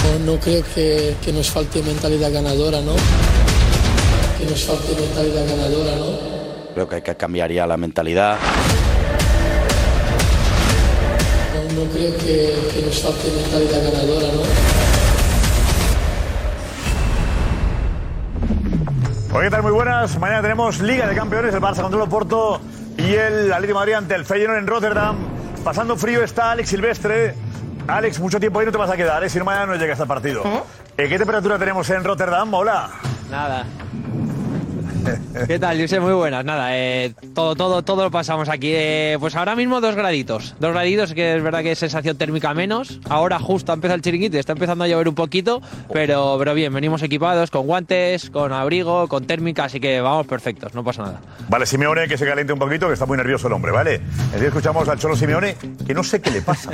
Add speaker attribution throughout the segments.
Speaker 1: Pues No, no creo que, que, nos falte mentalidad ganadora, ¿no? Que nos falte mentalidad ganadora, ¿no?
Speaker 2: Creo que hay que cambiar ya la mentalidad.
Speaker 1: No, no creo que, que nos falte mentalidad ganadora, ¿no?
Speaker 3: Hola, Pues, ¿qué tal? Muy buenas. Mañana tenemos Liga de Campeones, el Barça contra el Porto y el Atlético de Madrid ante el Feyenoord en Rotterdam. Pasando frío está Alex Silvestre, Alex, mucho tiempo ahí no te vas a quedar, ¿eh? si no mañana no llega este partido. ¿Eh? ¿Qué temperatura tenemos en Rotterdam? Hola.
Speaker 4: Nada. ¿Qué tal, José? Muy buenas. Nada, eh, todo, todo, todo lo pasamos aquí. Eh, pues ahora mismo dos graditos. Dos graditos, que es verdad que es sensación térmica menos. Ahora justo empieza el chiringuito, está empezando a llover un poquito, pero, pero bien, venimos equipados con guantes, con abrigo, con térmica, así que vamos perfectos, no pasa nada.
Speaker 3: Vale, Simeone, que se caliente un poquito, que está muy nervioso el hombre, ¿vale? El día escuchamos al Cholo Simeone, que no sé qué le pasa.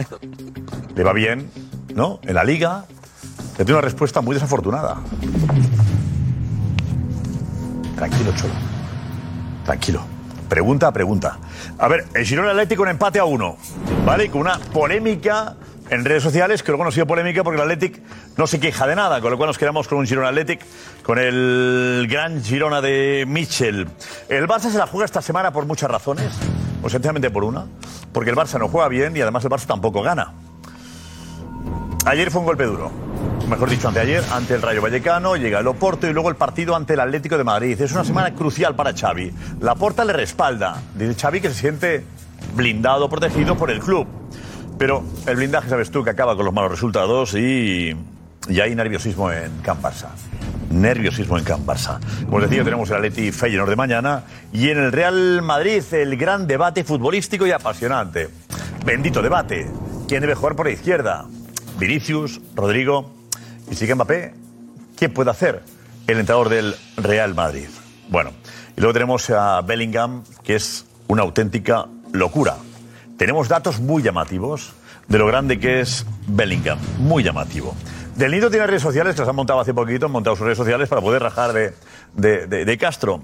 Speaker 3: le va bien, ¿no? En la liga, le tiene una respuesta muy desafortunada. Tranquilo, Cholo. Tranquilo. Pregunta a pregunta. A ver, el Girona Atlético un empate a uno, ¿vale? Con una polémica en redes sociales, que luego no ha sido polémica porque el Atlético no se queja de nada, con lo cual nos quedamos con un Girona Atlético, con el gran Girona de Mitchell. El Barça se la juega esta semana por muchas razones, o sencillamente por una, porque el Barça no juega bien y además el Barça tampoco gana. Ayer fue un golpe duro, mejor dicho, anteayer, ante el Rayo Vallecano, llega el Oporto y luego el partido ante el Atlético de Madrid. Es una semana crucial para Xavi. La porta le respalda. Dice Xavi que se siente blindado, protegido por el club. Pero el blindaje, sabes tú, que acaba con los malos resultados y, y hay nerviosismo en Camp Barça. Nerviosismo en Camp Barça. Como os decía, tenemos el Atleti Feyenoord de mañana y en el Real Madrid el gran debate futbolístico y apasionante. Bendito debate. ¿Quién debe jugar por la izquierda? Vinicius, Rodrigo, y sigue Mbappé, ¿qué puede hacer el entrenador del Real Madrid? Bueno, y luego tenemos a Bellingham, que es una auténtica locura. Tenemos datos muy llamativos de lo grande que es Bellingham, muy llamativo. Del Nido tiene redes sociales, que las han montado hace poquito, han montado sus redes sociales para poder rajar de, de, de, de Castro.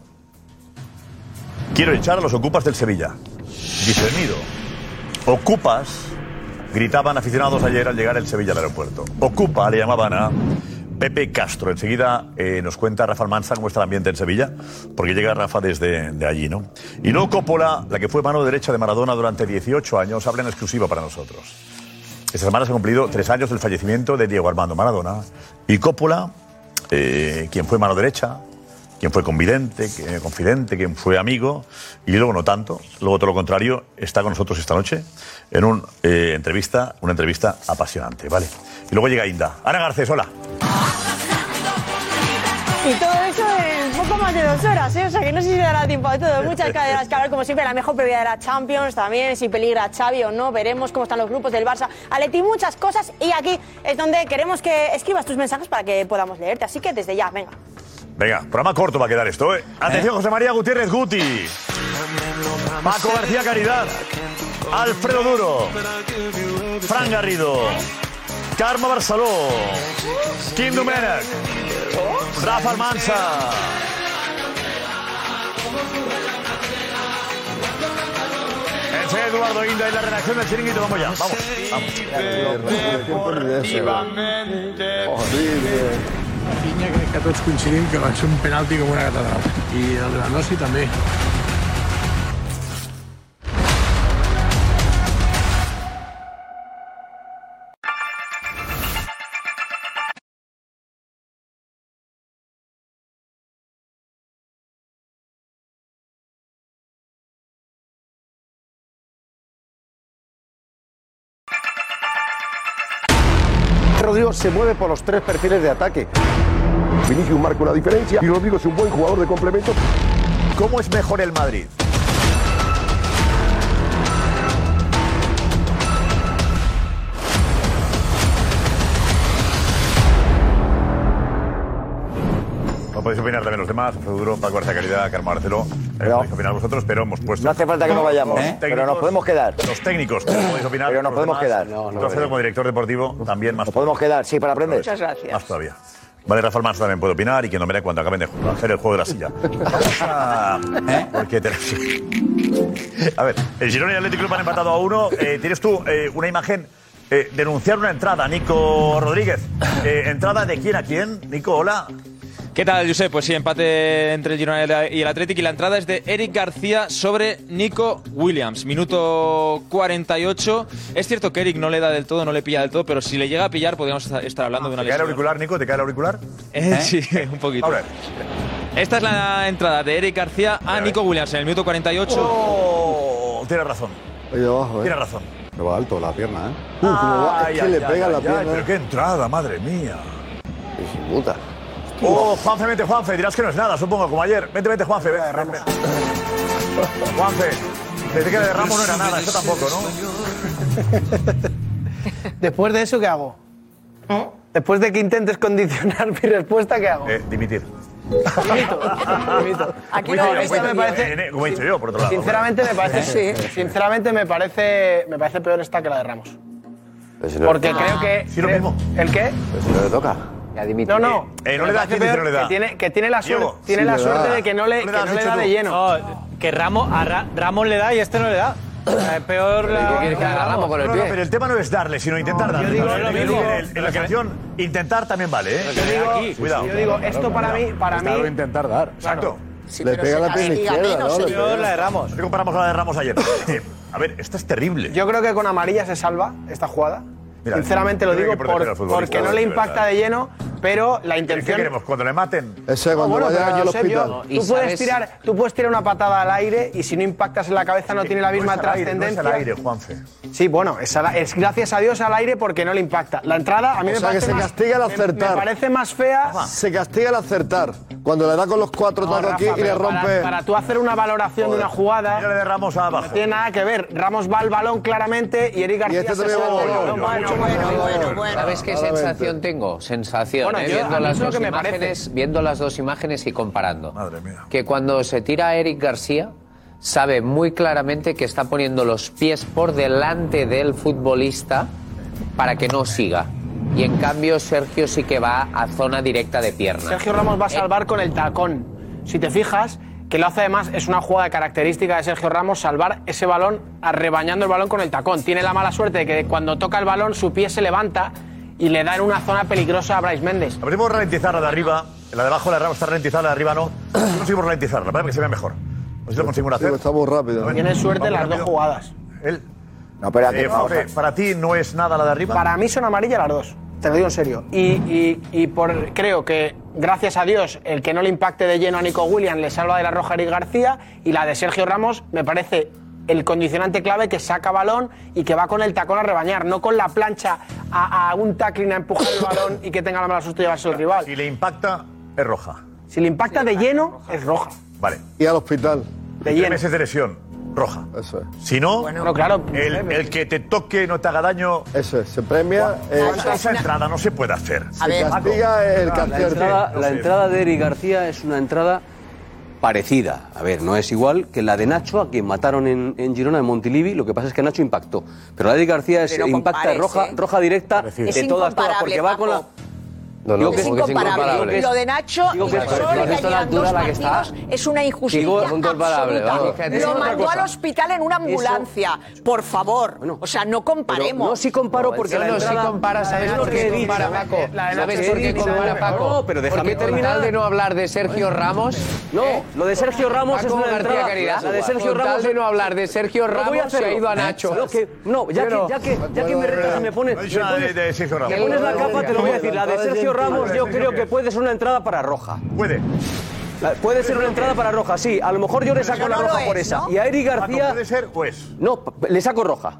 Speaker 3: Quiero echar a los ocupas del Sevilla, dice el Nido. Ocupas gritaban aficionados ayer al llegar el Sevilla al aeropuerto. Ocupa, le llamaban a Pepe Castro. Enseguida eh, nos cuenta Rafa Almanza cómo está el ambiente en Sevilla, porque llega Rafa desde de allí, ¿no? Y luego Coppola, la que fue mano derecha de Maradona durante 18 años, habla en exclusiva para nosotros. Esta semana se han cumplido tres años del fallecimiento de Diego Armando Maradona. Y Coppola, eh, quien fue mano derecha, quien fue convidente, eh, confidente, quien fue amigo, y luego no tanto, luego todo lo contrario, está con nosotros esta noche en una eh, entrevista, una entrevista apasionante, ¿vale? Y luego llega Inda. Ana Garcés, hola.
Speaker 5: Y todo eso en poco más de dos horas, ¿eh? o sea que no sé si dará tiempo a todo. Muchas cadenas que hablar, como siempre, la mejor prioridad de la Champions también, si peligra Xavi o no, veremos cómo están los grupos del Barça, Aleti, muchas cosas. Y aquí es donde queremos que escribas tus mensajes para que podamos leerte, así que desde ya, venga.
Speaker 3: Venga, programa corto va a quedar esto, ¿eh? Atención, José María Gutiérrez Guti. Paco García Caridad. Alfredo Duro. Fran Garrido. Carma Barceló. Kim Dumenac. Rafa Almanza. Ese Eduardo Inda y la redacción del chiringuito. Vamos ya, vamos. vamos.
Speaker 6: Horrible. Rafinha crec que tots coincidim que va ser un penalti com una catedral. I el Lewandowski també.
Speaker 7: Rodrigo se mueve por los tres perfiles de ataque. Vinicius marca una diferencia y Rodrigo es un buen jugador de complemento.
Speaker 3: ¿Cómo es mejor el Madrid? que opinar también los demás. Alfredo Duro, Paco García Caridad, Carmen Marcelo. No. Podéis opinar vosotros, pero hemos puesto...
Speaker 8: No hace falta que no vayamos,
Speaker 3: Los
Speaker 8: ¿eh?
Speaker 3: técnicos-
Speaker 8: pero nos podemos quedar.
Speaker 3: Los técnicos, pero podéis opinar.
Speaker 8: Pero nos
Speaker 3: los
Speaker 8: podemos
Speaker 3: demás.
Speaker 8: quedar.
Speaker 3: Tú,
Speaker 8: No, no,
Speaker 3: Alfredo,
Speaker 8: no.
Speaker 3: como director deportivo, también más.
Speaker 8: Nos podemos quedar, sí, para aprender.
Speaker 5: Muchas gracias.
Speaker 3: Más todavía. Vale, Rafa Almanza también puede opinar y que no verá cuando acaben de ju- hacer el juego de la silla. Vamos a...
Speaker 8: ¿Eh?
Speaker 3: Porque te- A ver, el Girona y el Atlético Club han empatado a uno. Eh, ¿Tienes tú eh, una imagen? Eh, denunciar una entrada, Nico Rodríguez. Eh, ¿Entrada de quién a quién? Nico, hola.
Speaker 9: ¿Qué tal, Josep? Pues sí, empate entre el Girona y la- y el Athletic y la entrada es de Eric García sobre Nico Williams. Minuto 48. Es cierto que Eric no le da del todo, no le pilla del todo, pero si le llega a pillar podríamos esta- estar hablando de una
Speaker 3: ¿Te cae el
Speaker 9: lesión.
Speaker 3: auricular, Nico? ¿Te cae el auricular?
Speaker 9: Eh, Sí, un poquito.
Speaker 3: A ver.
Speaker 9: Esta es la entrada de Eric García a Nico Williams en el minuto 48.
Speaker 3: Oh, tienes razón.
Speaker 7: Ahí abajo, ¿eh?
Speaker 3: Tienes razón.
Speaker 7: Pero va alto la pierna, ¿eh? Uh, cómo va.
Speaker 3: Ay,
Speaker 7: es que
Speaker 3: ay,
Speaker 7: le
Speaker 3: ay,
Speaker 7: pega
Speaker 3: ay,
Speaker 7: la
Speaker 3: ay,
Speaker 7: pierna. eh.
Speaker 3: Pero qué entrada, madre mía.
Speaker 7: Hijo de puta.
Speaker 3: Oh, Juanfe, vente, Juanfe. Dirás que no es nada, supongo, como ayer. Vente, vente, Juanfe. Vente, Juanfe, desde que la de Ramos no era nada, esto tampoco, ¿no?
Speaker 10: Después de eso, ¿qué hago?
Speaker 1: ¿Eh?
Speaker 10: Después de que intentes condicionar mi respuesta, ¿qué hago?
Speaker 3: Eh, dimitir.
Speaker 5: Aquí
Speaker 3: Ah, Muy
Speaker 5: no,
Speaker 3: serio,
Speaker 10: esto
Speaker 3: muy
Speaker 10: me
Speaker 3: serio.
Speaker 10: parece-
Speaker 3: Eh, ne- Como he dicho yo, por otro lado.
Speaker 10: Sinceramente me parece, sí, sinceramente me parece, me parece peor esta que la de Ramos.
Speaker 7: Pero si no-
Speaker 10: Porque creo que
Speaker 3: Sí, lo mismo.
Speaker 10: el qué?
Speaker 7: pero si no le toca.
Speaker 10: No, no.
Speaker 3: Eh, no le da,
Speaker 10: Me parece
Speaker 3: ¿quién dice
Speaker 10: peor
Speaker 3: no le da?
Speaker 10: Que tiene, que tiene la
Speaker 3: Diego.
Speaker 10: suerte, tiene
Speaker 7: Sí,
Speaker 10: la
Speaker 7: le
Speaker 10: suerte
Speaker 7: da.
Speaker 10: de que no le,
Speaker 3: No le
Speaker 10: que
Speaker 3: das,
Speaker 10: no le
Speaker 3: dicho
Speaker 10: da
Speaker 3: tú.
Speaker 10: de lleno.
Speaker 4: que Ramos, a Ramos le da y este no le da.
Speaker 11: Eh,
Speaker 4: Es peor
Speaker 8: ¿Qué quieres que agarramos con
Speaker 3: No,
Speaker 8: el
Speaker 3: no,
Speaker 8: pie?
Speaker 3: pero el tema no es darle, sino intentar darle.
Speaker 10: digo,
Speaker 3: ¿no?
Speaker 10: es lo
Speaker 3: Yo
Speaker 10: mismo.
Speaker 3: digo, en- En la canción, intentar también vale, ¿eh? Cuidado.
Speaker 10: Yo digo, esto para mí, para mí,
Speaker 7: intentar dar.
Speaker 3: Exacto.
Speaker 5: Sí,
Speaker 7: Le
Speaker 5: pero
Speaker 7: pega
Speaker 5: se
Speaker 7: la pierna
Speaker 5: castiga
Speaker 7: izquierda,
Speaker 5: menos,
Speaker 7: ¿no? Le
Speaker 5: señor.
Speaker 7: pega.
Speaker 4: de Ramos.
Speaker 3: ¿Qué comparamos a la de Ramos ayer? Eh, a ver, esta es terrible.
Speaker 10: yo creo que con amarilla se salva esta jugada.
Speaker 3: Mira,
Speaker 10: Sinceramente lo
Speaker 3: yo creo
Speaker 10: digo
Speaker 3: que hay que proteger
Speaker 10: por-
Speaker 3: al futbolista,
Speaker 10: porque no le
Speaker 3: de
Speaker 10: impacta
Speaker 3: verdad.
Speaker 10: de lleno, pero la
Speaker 3: ¿Qué
Speaker 10: intención Ah,
Speaker 3: queremos? ¿Cuando le maten?
Speaker 7: Ese cuando
Speaker 10: bueno,
Speaker 7: vaya
Speaker 10: pero
Speaker 7: al
Speaker 10: Josep, yo-
Speaker 7: hospital.
Speaker 8: No, y
Speaker 10: tú, puedes
Speaker 8: sabes-
Speaker 10: tirar, tú puedes tirar una patada al aire y si no impactas en la cabeza no tiene la misma
Speaker 3: No es al aire,
Speaker 10: trascendencia.
Speaker 3: No es al aire, Juanfe.
Speaker 10: Sí, bueno, es, al- es gracias a Dios al aire porque no le impacta. La entrada a mí
Speaker 7: O
Speaker 10: me
Speaker 7: sea, que
Speaker 10: parece
Speaker 7: se
Speaker 10: más-
Speaker 7: castiga al
Speaker 10: me-
Speaker 7: acertar.
Speaker 10: Me, parece más fea.
Speaker 7: Se castiga al acertar. Cuando le da con los cuatro
Speaker 10: No,
Speaker 7: tacos
Speaker 10: Rafa,
Speaker 7: aquí y le
Speaker 10: pero para-
Speaker 7: rompe.
Speaker 10: Para, tú hacer una valoración de una
Speaker 3: Mira la
Speaker 10: jugada
Speaker 3: de Ramos abajo.
Speaker 10: no tiene nada que ver. Ramos va al balón claramente y Eric García
Speaker 7: este
Speaker 10: se
Speaker 7: también
Speaker 10: sale
Speaker 7: va al
Speaker 10: del
Speaker 7: balón.
Speaker 10: balón.
Speaker 5: Bueno, bueno, bueno, bueno.
Speaker 8: ¿Sabes qué sensación tengo? Sensación,
Speaker 10: Bueno, yo-
Speaker 8: ¿eh?
Speaker 10: a
Speaker 8: viendo,
Speaker 10: mí
Speaker 8: las
Speaker 10: es lo
Speaker 8: dos
Speaker 10: que me parece.
Speaker 8: imágenes, viendo las dos imágenes y comparando.
Speaker 3: Madre mía.
Speaker 8: Que cuando se tira a Eric García, sabe muy claramente que está poniendo los pies por delante del futbolista para que no siga. Y en cambio, Sergio sí que va a zona directa de pierna.
Speaker 10: Sergio Ramos va a salvar con el tacón. Si te fijas, que lo hace además, es una jugada característica de Sergio Ramos salvar ese balón arrebañando el balón con el tacón. Tiene la mala suerte de que cuando toca el balón su pie se levanta y le da en una zona peligrosa a Bryce Méndez.
Speaker 3: Habríamos ralentizar la de arriba. La de abajo, la de Ramos está ralentizada, la de arriba no. No conseguimos ralentizarla, para que se vea mejor. A ver si lo conseguimos
Speaker 7: Sí,
Speaker 3: hacer.
Speaker 7: está muy rápido.
Speaker 3: A ver.
Speaker 10: Tiene suerte
Speaker 3: Vamos
Speaker 10: las
Speaker 3: rápido.
Speaker 10: dos jugadas.
Speaker 3: Él.
Speaker 7: No, espérate.
Speaker 3: Eh, Juanfe, para ti no es nada la de arriba.
Speaker 10: Para mí son amarillas las dos, te lo digo en serio. Y, y- y por, creo que, gracias a Dios, el que no le impacte de lleno a Nico Williams le salva de la roja a Eric García y la de Sergio Ramos me parece el condicionante clave que saca balón y que va con el tacón a rebañar, no con la plancha a, a un tackling a empujar el balón y que tenga la mala suerte de llevarse el rival.
Speaker 3: Si le impacta, es roja.
Speaker 10: Si le impacta de lleno, es roja.
Speaker 3: Vale.
Speaker 7: Y al hospital.
Speaker 10: De
Speaker 3: Tres
Speaker 10: lleno.
Speaker 3: meses de lesión, roja.
Speaker 7: Eso es.
Speaker 3: Si no,
Speaker 10: Bueno, claro.
Speaker 3: el, el que te toque no te haga daño.
Speaker 7: Eso es. Se premia. eh,
Speaker 3: Esa, esa entrada no se puede hacer.
Speaker 5: A ver.
Speaker 7: se castiga el que
Speaker 3: La
Speaker 7: acierte.
Speaker 3: entrada-
Speaker 12: La entrada de Eric García es una entrada parecida, a ver, no es igual que la de Nacho, a quien mataron en, en Girona, en Montilivi, lo que pasa es que Nacho impactó, pero la de Eric García es,
Speaker 5: Pero no
Speaker 12: impacta
Speaker 5: compares,
Speaker 12: roja,
Speaker 5: ¿eh?
Speaker 12: roja directa
Speaker 5: Es
Speaker 12: de todas, todas,
Speaker 5: incomparable,
Speaker 12: porque va con la...
Speaker 5: Paco.
Speaker 8: no,
Speaker 12: No,
Speaker 5: Es
Speaker 8: Digo que es
Speaker 5: incomparable.
Speaker 12: incomparable.
Speaker 5: Lo de Nacho,
Speaker 12: Digo que es-
Speaker 5: solo le
Speaker 12: ¿has visto la
Speaker 5: cayeran dos
Speaker 12: altura a la que está?
Speaker 5: partidos, es una injusticia
Speaker 12: Digo, es incomparable, vamos.
Speaker 5: absoluta.
Speaker 12: Fíjate.
Speaker 5: Lo
Speaker 12: Eso-
Speaker 5: mandó al hospital en una ambulancia. Por favor.
Speaker 12: Bueno.
Speaker 5: O sea, no
Speaker 12: Pero
Speaker 5: comparemos.
Speaker 12: no, sí comparo
Speaker 8: No,
Speaker 12: porque
Speaker 8: eso
Speaker 12: la
Speaker 8: no sí
Speaker 12: entrada-
Speaker 8: compara, ¿sabes
Speaker 12: Es lo
Speaker 8: por qué
Speaker 12: que he
Speaker 8: compara,
Speaker 12: dicho.
Speaker 8: Paco?
Speaker 12: La de
Speaker 8: ¿Sabes
Speaker 12: Nacho
Speaker 8: por qué
Speaker 12: Eric
Speaker 8: compara, Paco?
Speaker 12: No, pero déjame
Speaker 8: Porque con
Speaker 12: terminar.
Speaker 8: tal de no hablar de Sergio Ramos...
Speaker 12: No,
Speaker 8: ¿eh?
Speaker 12: lo de Sergio Ramos
Speaker 8: Paco
Speaker 12: es una
Speaker 8: García
Speaker 12: entrada.
Speaker 8: Caridad,
Speaker 12: la de Sergio
Speaker 8: con tal
Speaker 12: Ramos
Speaker 8: de no hablar de Sergio
Speaker 12: No voy a
Speaker 8: Ramos se ha
Speaker 12: hacerlo.
Speaker 8: ido a Nacho.
Speaker 12: No, que- no, ya que, ya que, ya que me retas y me pones,
Speaker 3: No ha
Speaker 12: me
Speaker 3: dicho nada de,
Speaker 12: pones,
Speaker 3: de Sergio Ramos.
Speaker 12: me pones la
Speaker 7: No,
Speaker 12: capa, te lo voy a decir. La de Sergio Ramos yo
Speaker 3: Sí,
Speaker 12: creo
Speaker 3: sí,
Speaker 12: que
Speaker 3: sí.
Speaker 12: puede ser una entrada para roja.
Speaker 3: Puede.
Speaker 12: La- Puede ser una entrada para roja, sí. A lo mejor yo le saco la
Speaker 5: no lo
Speaker 12: roja por
Speaker 5: es,
Speaker 12: esa.
Speaker 5: ¿no?
Speaker 12: Y a Eric
Speaker 3: Paco,
Speaker 12: García...
Speaker 3: puede ser o es.
Speaker 12: No, p- le saco roja.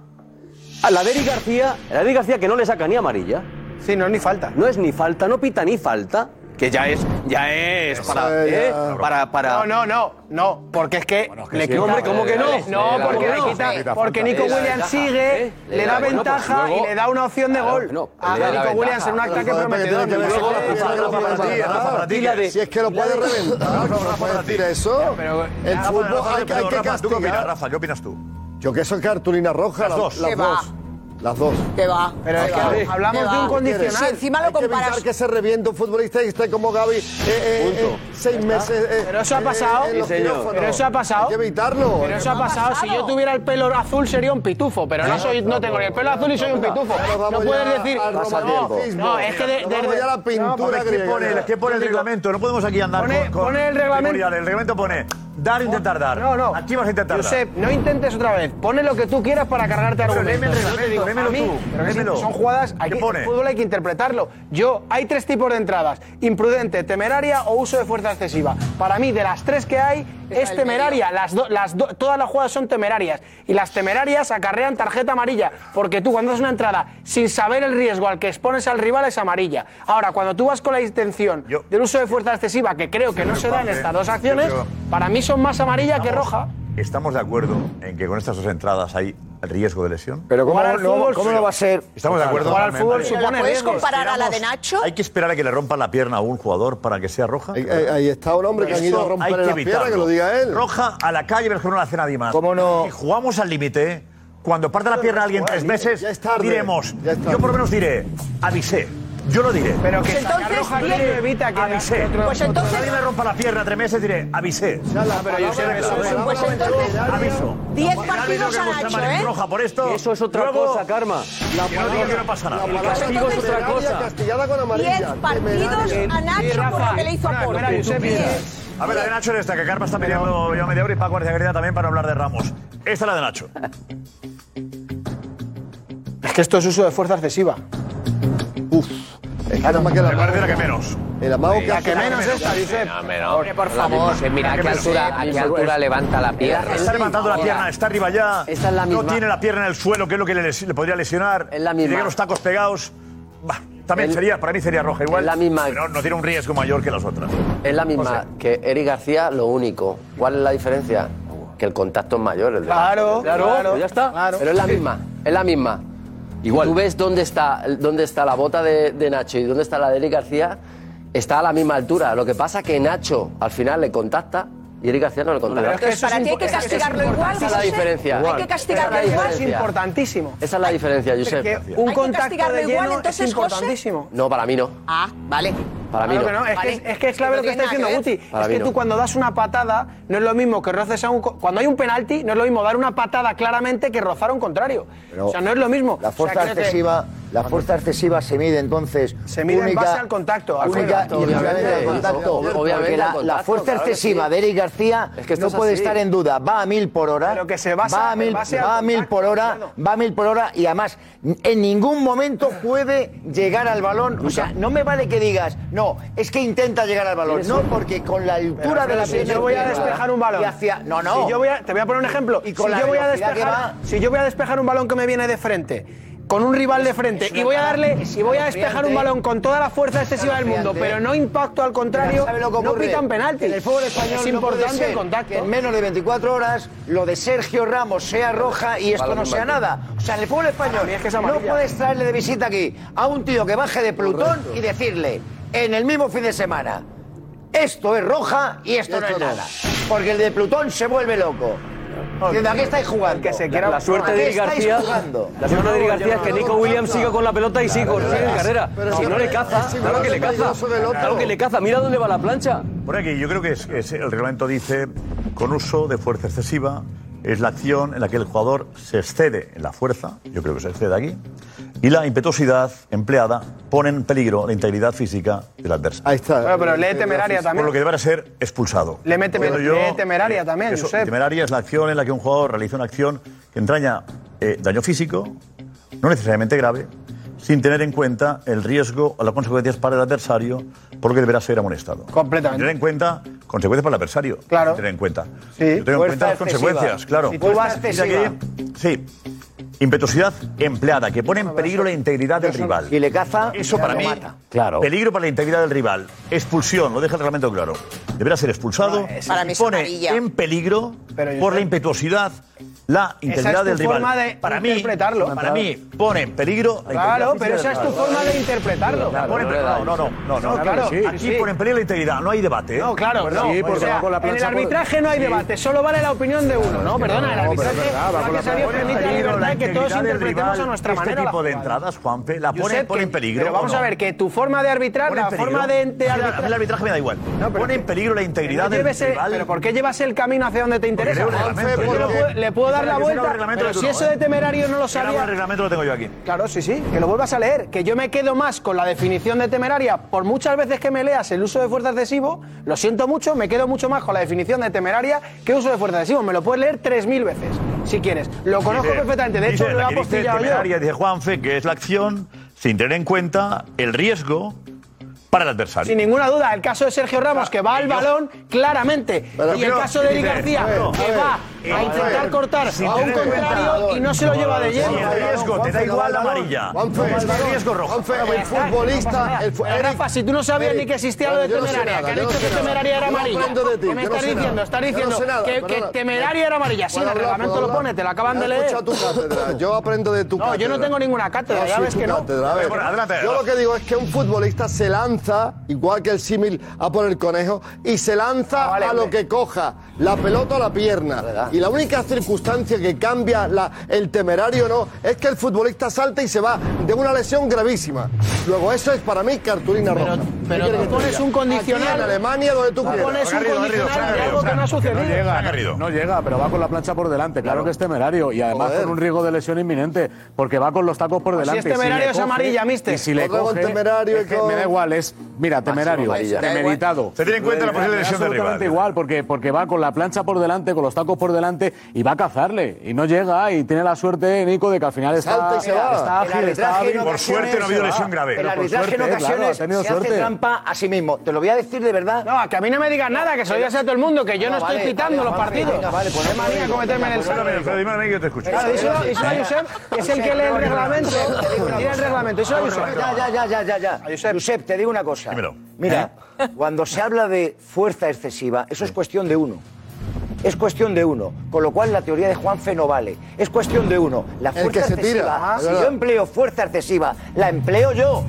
Speaker 12: A la de Eric García, a la de Eric García que no le saca ni amarilla.
Speaker 10: Sí, no es ni falta.
Speaker 12: No es ni falta, no pita ni falta. que ya es, ya es para,
Speaker 10: ya-
Speaker 12: ¿eh? para,
Speaker 10: No,
Speaker 12: para.
Speaker 10: no, no, no, porque es que
Speaker 12: que sí, hombre, ¿cómo que no?
Speaker 10: No,
Speaker 12: Le da-
Speaker 10: porque,
Speaker 12: le
Speaker 10: le
Speaker 12: da-
Speaker 10: quita-
Speaker 12: le da
Speaker 10: porque
Speaker 12: falta,
Speaker 10: Nico
Speaker 12: le da
Speaker 10: Williams
Speaker 12: ventaja,
Speaker 10: sigue,
Speaker 12: ¿eh? Le
Speaker 10: le
Speaker 12: da-
Speaker 10: da
Speaker 12: bueno, pues
Speaker 10: ventaja
Speaker 12: luego-
Speaker 10: y le da una opción de gol a
Speaker 12: le da la
Speaker 10: Nico
Speaker 12: ventaja.
Speaker 10: Williams en un ataque prometedor.
Speaker 13: Tiene que ver con la cultura de Rafa Martínez, Rafa Martínez. Si es que lo puede reventar, ¿cómo puede decir eso? El
Speaker 3: Rafa,
Speaker 13: fútbol
Speaker 3: Rafa,
Speaker 13: hay que- hay
Speaker 3: perdón,
Speaker 13: que
Speaker 3: Rafa, ¿tú qué opinas,
Speaker 13: castigar.
Speaker 3: Rafa? ¿Qué opinas tú?
Speaker 13: Yo que soy cartulina roja,
Speaker 3: Las
Speaker 13: la-
Speaker 3: dos.
Speaker 13: Las
Speaker 3: ¿Qué
Speaker 13: dos. Las dos.
Speaker 5: Que va.
Speaker 10: Pero es que
Speaker 13: Claro.
Speaker 10: hablamos de un condicional.
Speaker 13: Si encima lo comparas... Hay que evitar que se reviente un futbolista y esté como Gaby eh, eh, eh, seis meses... eh,
Speaker 10: Pero eso ha
Speaker 13: eh,
Speaker 10: pasado.
Speaker 13: en los quirófanos.
Speaker 10: Pero eso ha pasado.
Speaker 13: Hay que evitarlo.
Speaker 10: Pero eso ha pasado. Si yo tuviera el pelo azul sería un pitufo, pero no soy, no tengo ni el pelo azul y soy un pitufo.
Speaker 13: vamos
Speaker 10: No
Speaker 13: ya
Speaker 10: puedes decir.
Speaker 13: al
Speaker 10: No,
Speaker 13: romanticismo.
Speaker 10: no, es que de-
Speaker 13: Nos vamos
Speaker 10: desde-
Speaker 13: ya a la pintura
Speaker 3: ¿Qué pone, ¿qué pone el reglamento? No podemos aquí andar
Speaker 10: Pone-
Speaker 3: con, con
Speaker 10: pone el reglamento.
Speaker 3: memoriales. El reglamento pone dar, intentar dar.
Speaker 10: No, no.
Speaker 3: Aquí vas a intentar dar.
Speaker 10: Josep, no intentes otra vez. Pone lo que tú quieras para cargarte
Speaker 3: Pero
Speaker 10: argumentos.
Speaker 3: léeme el
Speaker 10: Yo te
Speaker 3: reglamento,
Speaker 10: digo,
Speaker 3: léemelo
Speaker 10: a mí,
Speaker 3: tú,
Speaker 10: pero que
Speaker 3: léemelo.
Speaker 10: Son jugadas. Hay
Speaker 3: ¿Qué
Speaker 10: que,
Speaker 3: pone?
Speaker 10: El fútbol hay que interpretarlo. Yo, hay tres tipos de entradas: imprudente, temeraria o uso de fuerza excesiva. Para mí, de las tres que hay, es temeraria. Las do- las do- todas las jugadas son temerarias. Y las temerarias acarrean tarjeta amarilla. Porque tú, cuando haces una entrada sin saber el riesgo al que expones al rival, es amarilla. Ahora, cuando tú vas con la intención del uso de fuerza excesiva, que creo que no se da en
Speaker 3: Pape,
Speaker 10: estas dos
Speaker 3: yo
Speaker 10: acciones,
Speaker 3: creo-
Speaker 10: para mí son más amarilla que roja.
Speaker 3: ¿Estamos de acuerdo en que con estas dos entradas hay riesgo de lesión?
Speaker 10: Pero ¿cómo Jugar al no- fútbol- cómo no va a ser?
Speaker 3: Estamos de acuerdo.
Speaker 10: Jugar al fútbol
Speaker 3: Vale.
Speaker 10: supone ¿La puedes riesgos. comparar a la de
Speaker 3: Esperamos-
Speaker 10: Nacho?
Speaker 3: ¿Hay que esperar a que le rompan la pierna a un jugador para que sea roja?
Speaker 13: Ahí- ahí- ahí está un hombre que han ido a
Speaker 3: Eso
Speaker 13: romperle
Speaker 3: hay que
Speaker 13: las piernas,
Speaker 3: evitarlo.
Speaker 13: que lo diga él.
Speaker 3: Roja a la calle, pero que no la hace nadie más. ¿Cómo no? Si jugamos al límite, cuando parte la pierna a alguien tres meses,
Speaker 13: Ya es tarde.
Speaker 3: diremos.
Speaker 13: Ya es tarde.
Speaker 3: Yo por lo menos diré, avisé. Yo lo diré.
Speaker 10: Pero que sacar Pues Entonces, roja bien. medio evita que-
Speaker 3: avisé.
Speaker 10: que otro- Pues entonces-
Speaker 3: Cuando alguien me rompa la pierna tres meses, diré, avisé.
Speaker 10: pero yo sé que eso es-
Speaker 3: Pues entonces, aviso.
Speaker 5: 10
Speaker 3: El árbitro
Speaker 5: partidos
Speaker 3: que
Speaker 5: a
Speaker 3: muestra
Speaker 5: Nacho,
Speaker 3: amarilla
Speaker 5: ¿eh?
Speaker 3: roja por esto.
Speaker 12: Eso es otra
Speaker 3: Luego,
Speaker 12: cosa, Karma. La
Speaker 3: que no diga que no pasa nada.
Speaker 13: La palabra
Speaker 12: castigo es otra
Speaker 13: temeraria
Speaker 12: cosa.
Speaker 13: castigada con amarilla.
Speaker 5: 10 partidos
Speaker 13: Temeraria.
Speaker 5: a Nacho por lo que le hizo a Porto.
Speaker 3: A ver, la de Nacho es esta, que Karma está pidiendo ya media hora y Paco García Guerrero también para hablar de Ramos. Esta es la de Nacho.
Speaker 10: Es que esto es uso de fuerza excesiva.
Speaker 13: Es que nada más que la
Speaker 3: Me parece la que menos.
Speaker 13: El amago que
Speaker 10: La que
Speaker 13: hace-
Speaker 10: menos esta, dice.
Speaker 8: Hombre, por favor. Mira a qué altura, a qué altura levanta la pierna.
Speaker 3: Está levantando la pierna, está arriba ya.
Speaker 14: Esta es la
Speaker 3: No
Speaker 14: misma.
Speaker 3: tiene la pierna en el suelo, que es lo que le, les- le podría lesionar.
Speaker 14: Es la
Speaker 3: Tiene
Speaker 14: misma.
Speaker 3: que los tacos pegados. Bah, también
Speaker 14: El-
Speaker 3: sería, para mí sería roja igual.
Speaker 14: Es la misma.
Speaker 3: Pero no tiene un riesgo mayor que las otras.
Speaker 14: Es la misma que Eric García, lo único. ¿Cuál es la diferencia? Que el contacto es mayor. el de-
Speaker 10: Claro,
Speaker 14: Claro,
Speaker 10: claro,
Speaker 14: ya está.
Speaker 10: claro.
Speaker 14: Pero es la misma, es la misma. Igual. Tú ves dónde está, dónde está la bota de, de Nacho y dónde está la de Eric García, está a la misma altura. Lo que pasa es que Nacho al final le contacta y Eric García no le contacta.
Speaker 10: Pero es que eso
Speaker 5: Para ti hay
Speaker 10: es
Speaker 5: que
Speaker 10: impo- es que eso
Speaker 5: castigarlo
Speaker 10: es
Speaker 5: igual,
Speaker 14: Esa es la
Speaker 5: Josep.
Speaker 14: diferencia.
Speaker 5: Hay que castigarlo
Speaker 14: Esa es la
Speaker 5: igual.
Speaker 10: Es
Speaker 14: diferencia.
Speaker 10: importantísimo.
Speaker 14: Esa es la diferencia, Josep.
Speaker 10: Que un
Speaker 5: que
Speaker 10: contacto
Speaker 5: castigarlo
Speaker 10: de
Speaker 5: igual,
Speaker 10: lleno
Speaker 5: entonces,
Speaker 10: es
Speaker 5: José.
Speaker 10: importantísimo.
Speaker 14: No, para mí no.
Speaker 5: Ah, vale.
Speaker 14: Para mí
Speaker 10: Claro que
Speaker 14: no.
Speaker 10: no, es,
Speaker 5: Vale.
Speaker 10: que, es que es clave
Speaker 5: No
Speaker 10: lo que está
Speaker 5: tiene
Speaker 10: diciendo
Speaker 5: nada que
Speaker 10: Guti.
Speaker 14: Para
Speaker 10: Es que
Speaker 14: mí no.
Speaker 10: tú cuando das una patada, no es lo mismo que roces a un. co- Cuando hay un penalti, no es lo mismo dar una patada claramente que rozar a un contrario.
Speaker 15: Pero
Speaker 10: o sea, no es lo mismo.
Speaker 15: La
Speaker 10: O sea,
Speaker 15: fuerza
Speaker 10: creo que-
Speaker 15: excesiva, la fuerza excesiva se mide entonces.
Speaker 10: Se mide en base al contacto, al
Speaker 15: única
Speaker 10: contacto,
Speaker 15: y exclusivamente al
Speaker 14: obviamente.
Speaker 15: contacto.
Speaker 14: Obviamente,
Speaker 15: Porque
Speaker 14: al
Speaker 15: la,
Speaker 14: contacto,
Speaker 15: la fuerza
Speaker 14: claro que
Speaker 15: excesiva
Speaker 14: sí.
Speaker 15: de Eric García
Speaker 14: Es que esto
Speaker 15: no
Speaker 14: es
Speaker 15: puede
Speaker 14: así.
Speaker 15: estar en duda. Va a mil por hora.
Speaker 10: Pero que se basa-
Speaker 15: va a mil,
Speaker 10: en base al
Speaker 15: va a mil
Speaker 10: contacto,
Speaker 15: por
Speaker 10: de
Speaker 15: hora,
Speaker 10: acuerdo.
Speaker 15: va a mil por hora y además en ningún momento puede llegar al balón. O sea, no me vale que digas no, es que intenta llegar al balón, no porque con la altura de
Speaker 10: Pero
Speaker 15: la
Speaker 10: si yo voy a
Speaker 15: izquierda
Speaker 10: despejar un balón.
Speaker 15: y hacia- no, no.
Speaker 10: Si yo voy a- te voy a poner un ejemplo.
Speaker 15: Y con
Speaker 10: si,
Speaker 15: la
Speaker 10: yo voy a
Speaker 15: velocidad que
Speaker 10: despejar,
Speaker 15: va-
Speaker 10: si yo voy a despejar un balón que me viene de frente, con un rival de frente, y voy a darle, y voy a despejar un balón con toda la fuerza excesiva del mundo, pero no impacto al contrario,
Speaker 15: ¿Sabes lo que
Speaker 10: no
Speaker 15: ocurre?
Speaker 10: pitan penalti.
Speaker 15: En el fútbol español
Speaker 10: es
Speaker 15: no puede
Speaker 10: importante
Speaker 15: ser
Speaker 10: el
Speaker 15: que
Speaker 10: contacto.
Speaker 15: en menos de 24 horas lo de Sergio Ramos sea roja y esto no sea nada. O sea, en el fútbol español
Speaker 10: mí es que es
Speaker 15: no
Speaker 10: amarilla.
Speaker 15: puedes traerle de visita aquí a un tío que baje de Plutón y decirle en el mismo fin de semana esto es roja y esto, no es nada. Porque el de Plutón se vuelve loco. Diciendo, ¿a qué estáis jugando?
Speaker 10: que se
Speaker 15: ¿A
Speaker 10: quiera-
Speaker 12: La suerte
Speaker 15: qué
Speaker 12: de Eric
Speaker 15: estáis
Speaker 12: García.
Speaker 15: jugando?
Speaker 12: La suerte de Eric García es que Nico Williams siga con la pelota y sigue con sigue en carrera.
Speaker 15: Pero
Speaker 12: Si
Speaker 15: es
Speaker 12: no
Speaker 15: que
Speaker 12: le caza,
Speaker 15: es igual,
Speaker 12: claro que
Speaker 15: es
Speaker 12: le caza.
Speaker 15: peligroso del otro.
Speaker 12: Claro que le caza. Mira dónde va la plancha.
Speaker 3: Por aquí, yo creo que es- es- el reglamento dice, con uso de fuerza excesiva, es la acción en la que el jugador se excede en la fuerza, yo creo que se excede aquí, y la impetuosidad empleada pone en peligro la integridad física del adversario. Ahí
Speaker 13: está.
Speaker 10: Bueno, pero lee temeraria
Speaker 3: Por lo
Speaker 10: también.
Speaker 3: que deberá ser expulsado.
Speaker 10: Le mete
Speaker 3: Pero yo- eh,
Speaker 10: lee temeraria también,
Speaker 3: Eso,
Speaker 10: Josep.
Speaker 3: temeraria es la acción en la que un jugador realiza una acción que entraña eh, daño físico, no necesariamente grave, sin tener en cuenta el riesgo o las consecuencias para el adversario, por lo que deberá ser amonestado.
Speaker 10: Completamente.
Speaker 3: Tener en cuenta consecuencias para el adversario. Claro. Tener en cuenta. Yo tengo en
Speaker 15: Fuerza
Speaker 3: cuenta las
Speaker 15: excesiva.
Speaker 3: consecuencias, claro.
Speaker 15: Si tú vas
Speaker 3: Mira
Speaker 15: excesiva.
Speaker 3: que- sí. Impetuosidad empleada, que pone en peligro la integridad del rival. Y
Speaker 15: le caza,
Speaker 3: eso para
Speaker 15: lo
Speaker 3: mí,
Speaker 15: mata.
Speaker 3: claro. peligro para la integridad del rival. Expulsión, lo deja el reglamento claro. Deberá ser expulsado.
Speaker 15: Para
Speaker 3: y
Speaker 15: mí es
Speaker 3: pone
Speaker 15: amarilla.
Speaker 3: en peligro
Speaker 15: Pero, Josep,
Speaker 3: por la impetuosidad la integridad
Speaker 10: esa es tu
Speaker 3: del rival.
Speaker 10: forma de
Speaker 3: para mí,
Speaker 10: interpretarlo.
Speaker 3: para mí pone en peligro la
Speaker 10: Claro,
Speaker 3: integridad
Speaker 10: pero esa
Speaker 3: física
Speaker 10: es
Speaker 3: del
Speaker 10: tu
Speaker 3: rival.
Speaker 10: forma de interpretarlo.
Speaker 3: La pone en peligro. No, no, no, no, no,
Speaker 10: claro, sí,
Speaker 3: Aquí
Speaker 10: sí.
Speaker 3: pone en peligro la integridad, no hay debate. ¿eh?
Speaker 10: No, claro, no. O sea, en el arbitraje no hay debate, solo vale la opinión de uno, ¿no? Perdona, el
Speaker 3: No, pero es
Speaker 10: arbitraje,
Speaker 3: verdad, va con la
Speaker 10: gracias a Dios,
Speaker 3: pone en
Speaker 10: permite la
Speaker 3: peligro
Speaker 10: libertad de que todos
Speaker 3: integridad del
Speaker 10: interpretemos
Speaker 3: rival
Speaker 10: a nuestra
Speaker 3: este
Speaker 10: manera. la
Speaker 3: tipo de
Speaker 10: jugada.
Speaker 3: entradas, Juanfe, la pone,
Speaker 10: Josep,
Speaker 3: pone en
Speaker 10: que-
Speaker 3: peligro.
Speaker 10: Pero vamos
Speaker 3: ¿o no?
Speaker 10: a ver, que tu forma de arbitrar,
Speaker 3: Pone en
Speaker 10: la
Speaker 3: peligro.
Speaker 10: forma de, de
Speaker 3: A mí la-
Speaker 10: arbitrar-
Speaker 3: a mí el arbitraje me da igual. pone en peligro la integridad
Speaker 10: No
Speaker 3: del
Speaker 10: lleves el-
Speaker 3: rival.
Speaker 10: pero ¿por qué llevas el camino hacia donde te interesa?
Speaker 3: leo el
Speaker 10: Juanfe?
Speaker 3: reglamento,
Speaker 10: Yo
Speaker 3: yo
Speaker 10: le
Speaker 3: leo.
Speaker 10: puedo- le puedo dar la
Speaker 3: Yo leo el
Speaker 10: vuelta,
Speaker 3: reglamento
Speaker 10: pero
Speaker 3: de
Speaker 10: si
Speaker 3: turno,
Speaker 10: eso de
Speaker 3: ¿eh?
Speaker 10: temerario no
Speaker 3: Yo
Speaker 10: lo
Speaker 3: leo
Speaker 10: sabía...
Speaker 3: el reglamento lo tengo yo aquí.
Speaker 10: Claro, sí, sí, que lo vuelvas a leer, que yo me quedo más con la definición de temeraria, por muchas veces que me leas el uso de fuerza excesivo, lo siento mucho, me quedo mucho más con la definición de temeraria que uso de fuerza excesivo, me lo puedes leer 3.000 veces, si quieres, lo conozco
Speaker 3: Dice-
Speaker 10: perfectamente, de hecho
Speaker 3: dice,
Speaker 10: lo
Speaker 3: la
Speaker 10: he
Speaker 3: que dice
Speaker 10: apostillado yo.
Speaker 3: temeraria, dice Juanfe, que es la acción sin tener en cuenta el riesgo para el adversario.
Speaker 10: Sin ninguna duda, el caso de Sergio Ramos, que va al balón claramente.
Speaker 3: Pero
Speaker 10: y el
Speaker 3: creo-
Speaker 10: caso de Eric
Speaker 3: Dice,
Speaker 10: García,
Speaker 3: bueno,
Speaker 10: que
Speaker 3: a ver,
Speaker 10: va
Speaker 3: eh,
Speaker 10: a
Speaker 3: a
Speaker 10: intentar
Speaker 3: ver,
Speaker 10: cortar
Speaker 3: sin
Speaker 10: a un
Speaker 3: tener en cuenta-
Speaker 10: contrario y no se lo lleva de
Speaker 3: Si
Speaker 10: lleno.
Speaker 3: el riesgo te da igual la amarilla.
Speaker 10: Juanfe,
Speaker 3: Es que el riesgo rojo.
Speaker 10: Juanfe,
Speaker 3: Ya
Speaker 10: el
Speaker 3: está, no pasa
Speaker 10: futbolista,
Speaker 3: nada.
Speaker 10: el fu- Rafa, si tú no sabías
Speaker 13: Eric,
Speaker 10: ni que existía lo de
Speaker 13: yo no sé
Speaker 10: temeraria,
Speaker 13: nada,
Speaker 10: que
Speaker 13: yo
Speaker 10: han
Speaker 13: no
Speaker 10: dicho
Speaker 13: sé
Speaker 10: que
Speaker 13: nada.
Speaker 10: temeraria era
Speaker 13: Yo
Speaker 10: amarilla.
Speaker 13: aprendo de ti,
Speaker 10: ¿Qué me
Speaker 13: yo no
Speaker 10: estás
Speaker 13: sé
Speaker 10: diciendo?
Speaker 13: nada,
Speaker 10: Estás
Speaker 13: yo no
Speaker 10: diciendo
Speaker 13: sé nada,
Speaker 10: que- que
Speaker 13: perdona.
Speaker 10: temeraria era amarilla. Sí, en
Speaker 13: Puedo
Speaker 10: el
Speaker 13: hablar,
Speaker 10: reglamento
Speaker 13: puedo
Speaker 10: lo
Speaker 13: hablar.
Speaker 10: pone, te lo acaban
Speaker 13: Yo
Speaker 10: de
Speaker 13: he
Speaker 10: leer.
Speaker 13: escuchado tu cátedra, Yo aprendo de tu
Speaker 10: No, yo no
Speaker 13: cátedra.
Speaker 10: tengo ninguna cátedra, ya
Speaker 13: sí,
Speaker 10: ves
Speaker 13: tu
Speaker 10: que no.
Speaker 13: cátedra, a ver.
Speaker 10: Bueno, adelante.
Speaker 13: Yo lo que digo es que un futbolista se lanza, igual que el símil a por el conejo, y se lanza a lo que coja, la pelota o la pierna. Y la única circunstancia que cambia la- el temerario no es que el futbolista salta y se va de una lesión gravísima. Luego eso es para mí cartulina roja. ¿Qué
Speaker 10: Pero
Speaker 13: quieres
Speaker 10: tú
Speaker 13: que te
Speaker 10: pones
Speaker 13: diga?
Speaker 10: un condicional.
Speaker 13: Aquí en Alemania donde tú
Speaker 10: Tú
Speaker 13: quieras.
Speaker 10: pones un condicional de algo que no ha sucedido.
Speaker 16: No llega, no llega, pero va con la plancha por delante. Claro, que es temerario. Y además
Speaker 13: Joder.
Speaker 16: con un riesgo de lesión inminente, porque va con los tacos por
Speaker 10: Pues si
Speaker 16: delante.
Speaker 10: es temerario,
Speaker 16: le
Speaker 10: es
Speaker 16: coge-
Speaker 10: amarilla, mister.
Speaker 16: Y si le
Speaker 13: Otro con
Speaker 16: coge,
Speaker 13: temerario y
Speaker 16: es que
Speaker 13: con-
Speaker 16: me da igual, es, mira, temerario,
Speaker 13: amarilla.
Speaker 16: meditado.
Speaker 3: Se tiene en cuenta la posible lesión del
Speaker 16: absolutamente
Speaker 3: rival.
Speaker 16: igual, porque, porque va con la plancha por delante, con los tacos por delante, y va a cazarle. Y no llega, y tiene la suerte, Nico, de que al final está,
Speaker 3: Salta y se va.
Speaker 16: está
Speaker 3: El
Speaker 16: ágil, está
Speaker 3: arbitraje
Speaker 16: hábil.
Speaker 3: en Por ocasiones suerte no ha habido se va. lesión grave.
Speaker 15: Ah, El
Speaker 16: Pero por
Speaker 15: arbitraje en
Speaker 16: suerte, claro,
Speaker 15: ocasiones
Speaker 16: ha tenido
Speaker 15: se
Speaker 16: suerte.
Speaker 15: hace trampa a sí mismo. Te lo voy a decir de verdad.
Speaker 10: No, que a mí no me digas nada, que se lo digas a todo el mundo, que yo no,
Speaker 15: No,
Speaker 10: estoy
Speaker 15: vale,
Speaker 10: pitando
Speaker 15: vale,
Speaker 10: los
Speaker 15: Juanfe,
Speaker 10: partidos.
Speaker 15: venga, vale, pues no hay
Speaker 10: no me digas
Speaker 15: marido,
Speaker 10: cometerme en el
Speaker 3: Dímelo a mí,
Speaker 10: saco.
Speaker 3: Alfredo, dímelo a mí que yo te escucho.
Speaker 10: Claro, díselo, díselo a Josep, que es el que lee el reglamento. Mira el reglamento, díselo a Josep.
Speaker 15: Ya, ya, ya, ya, ya, ya. Josep, te digo una cosa. Mira,
Speaker 13: ¿Eh?
Speaker 15: cuando se habla de fuerza excesiva, eso es cuestión de uno. Es cuestión de uno, con lo cual la teoría de Juanfe no vale. Es cuestión de uno. La
Speaker 13: El
Speaker 15: fuerza
Speaker 13: que se tira,
Speaker 15: excesiva,
Speaker 13: ajá,
Speaker 15: si
Speaker 13: es verdad.
Speaker 15: yo empleo fuerza excesiva, la empleo yo,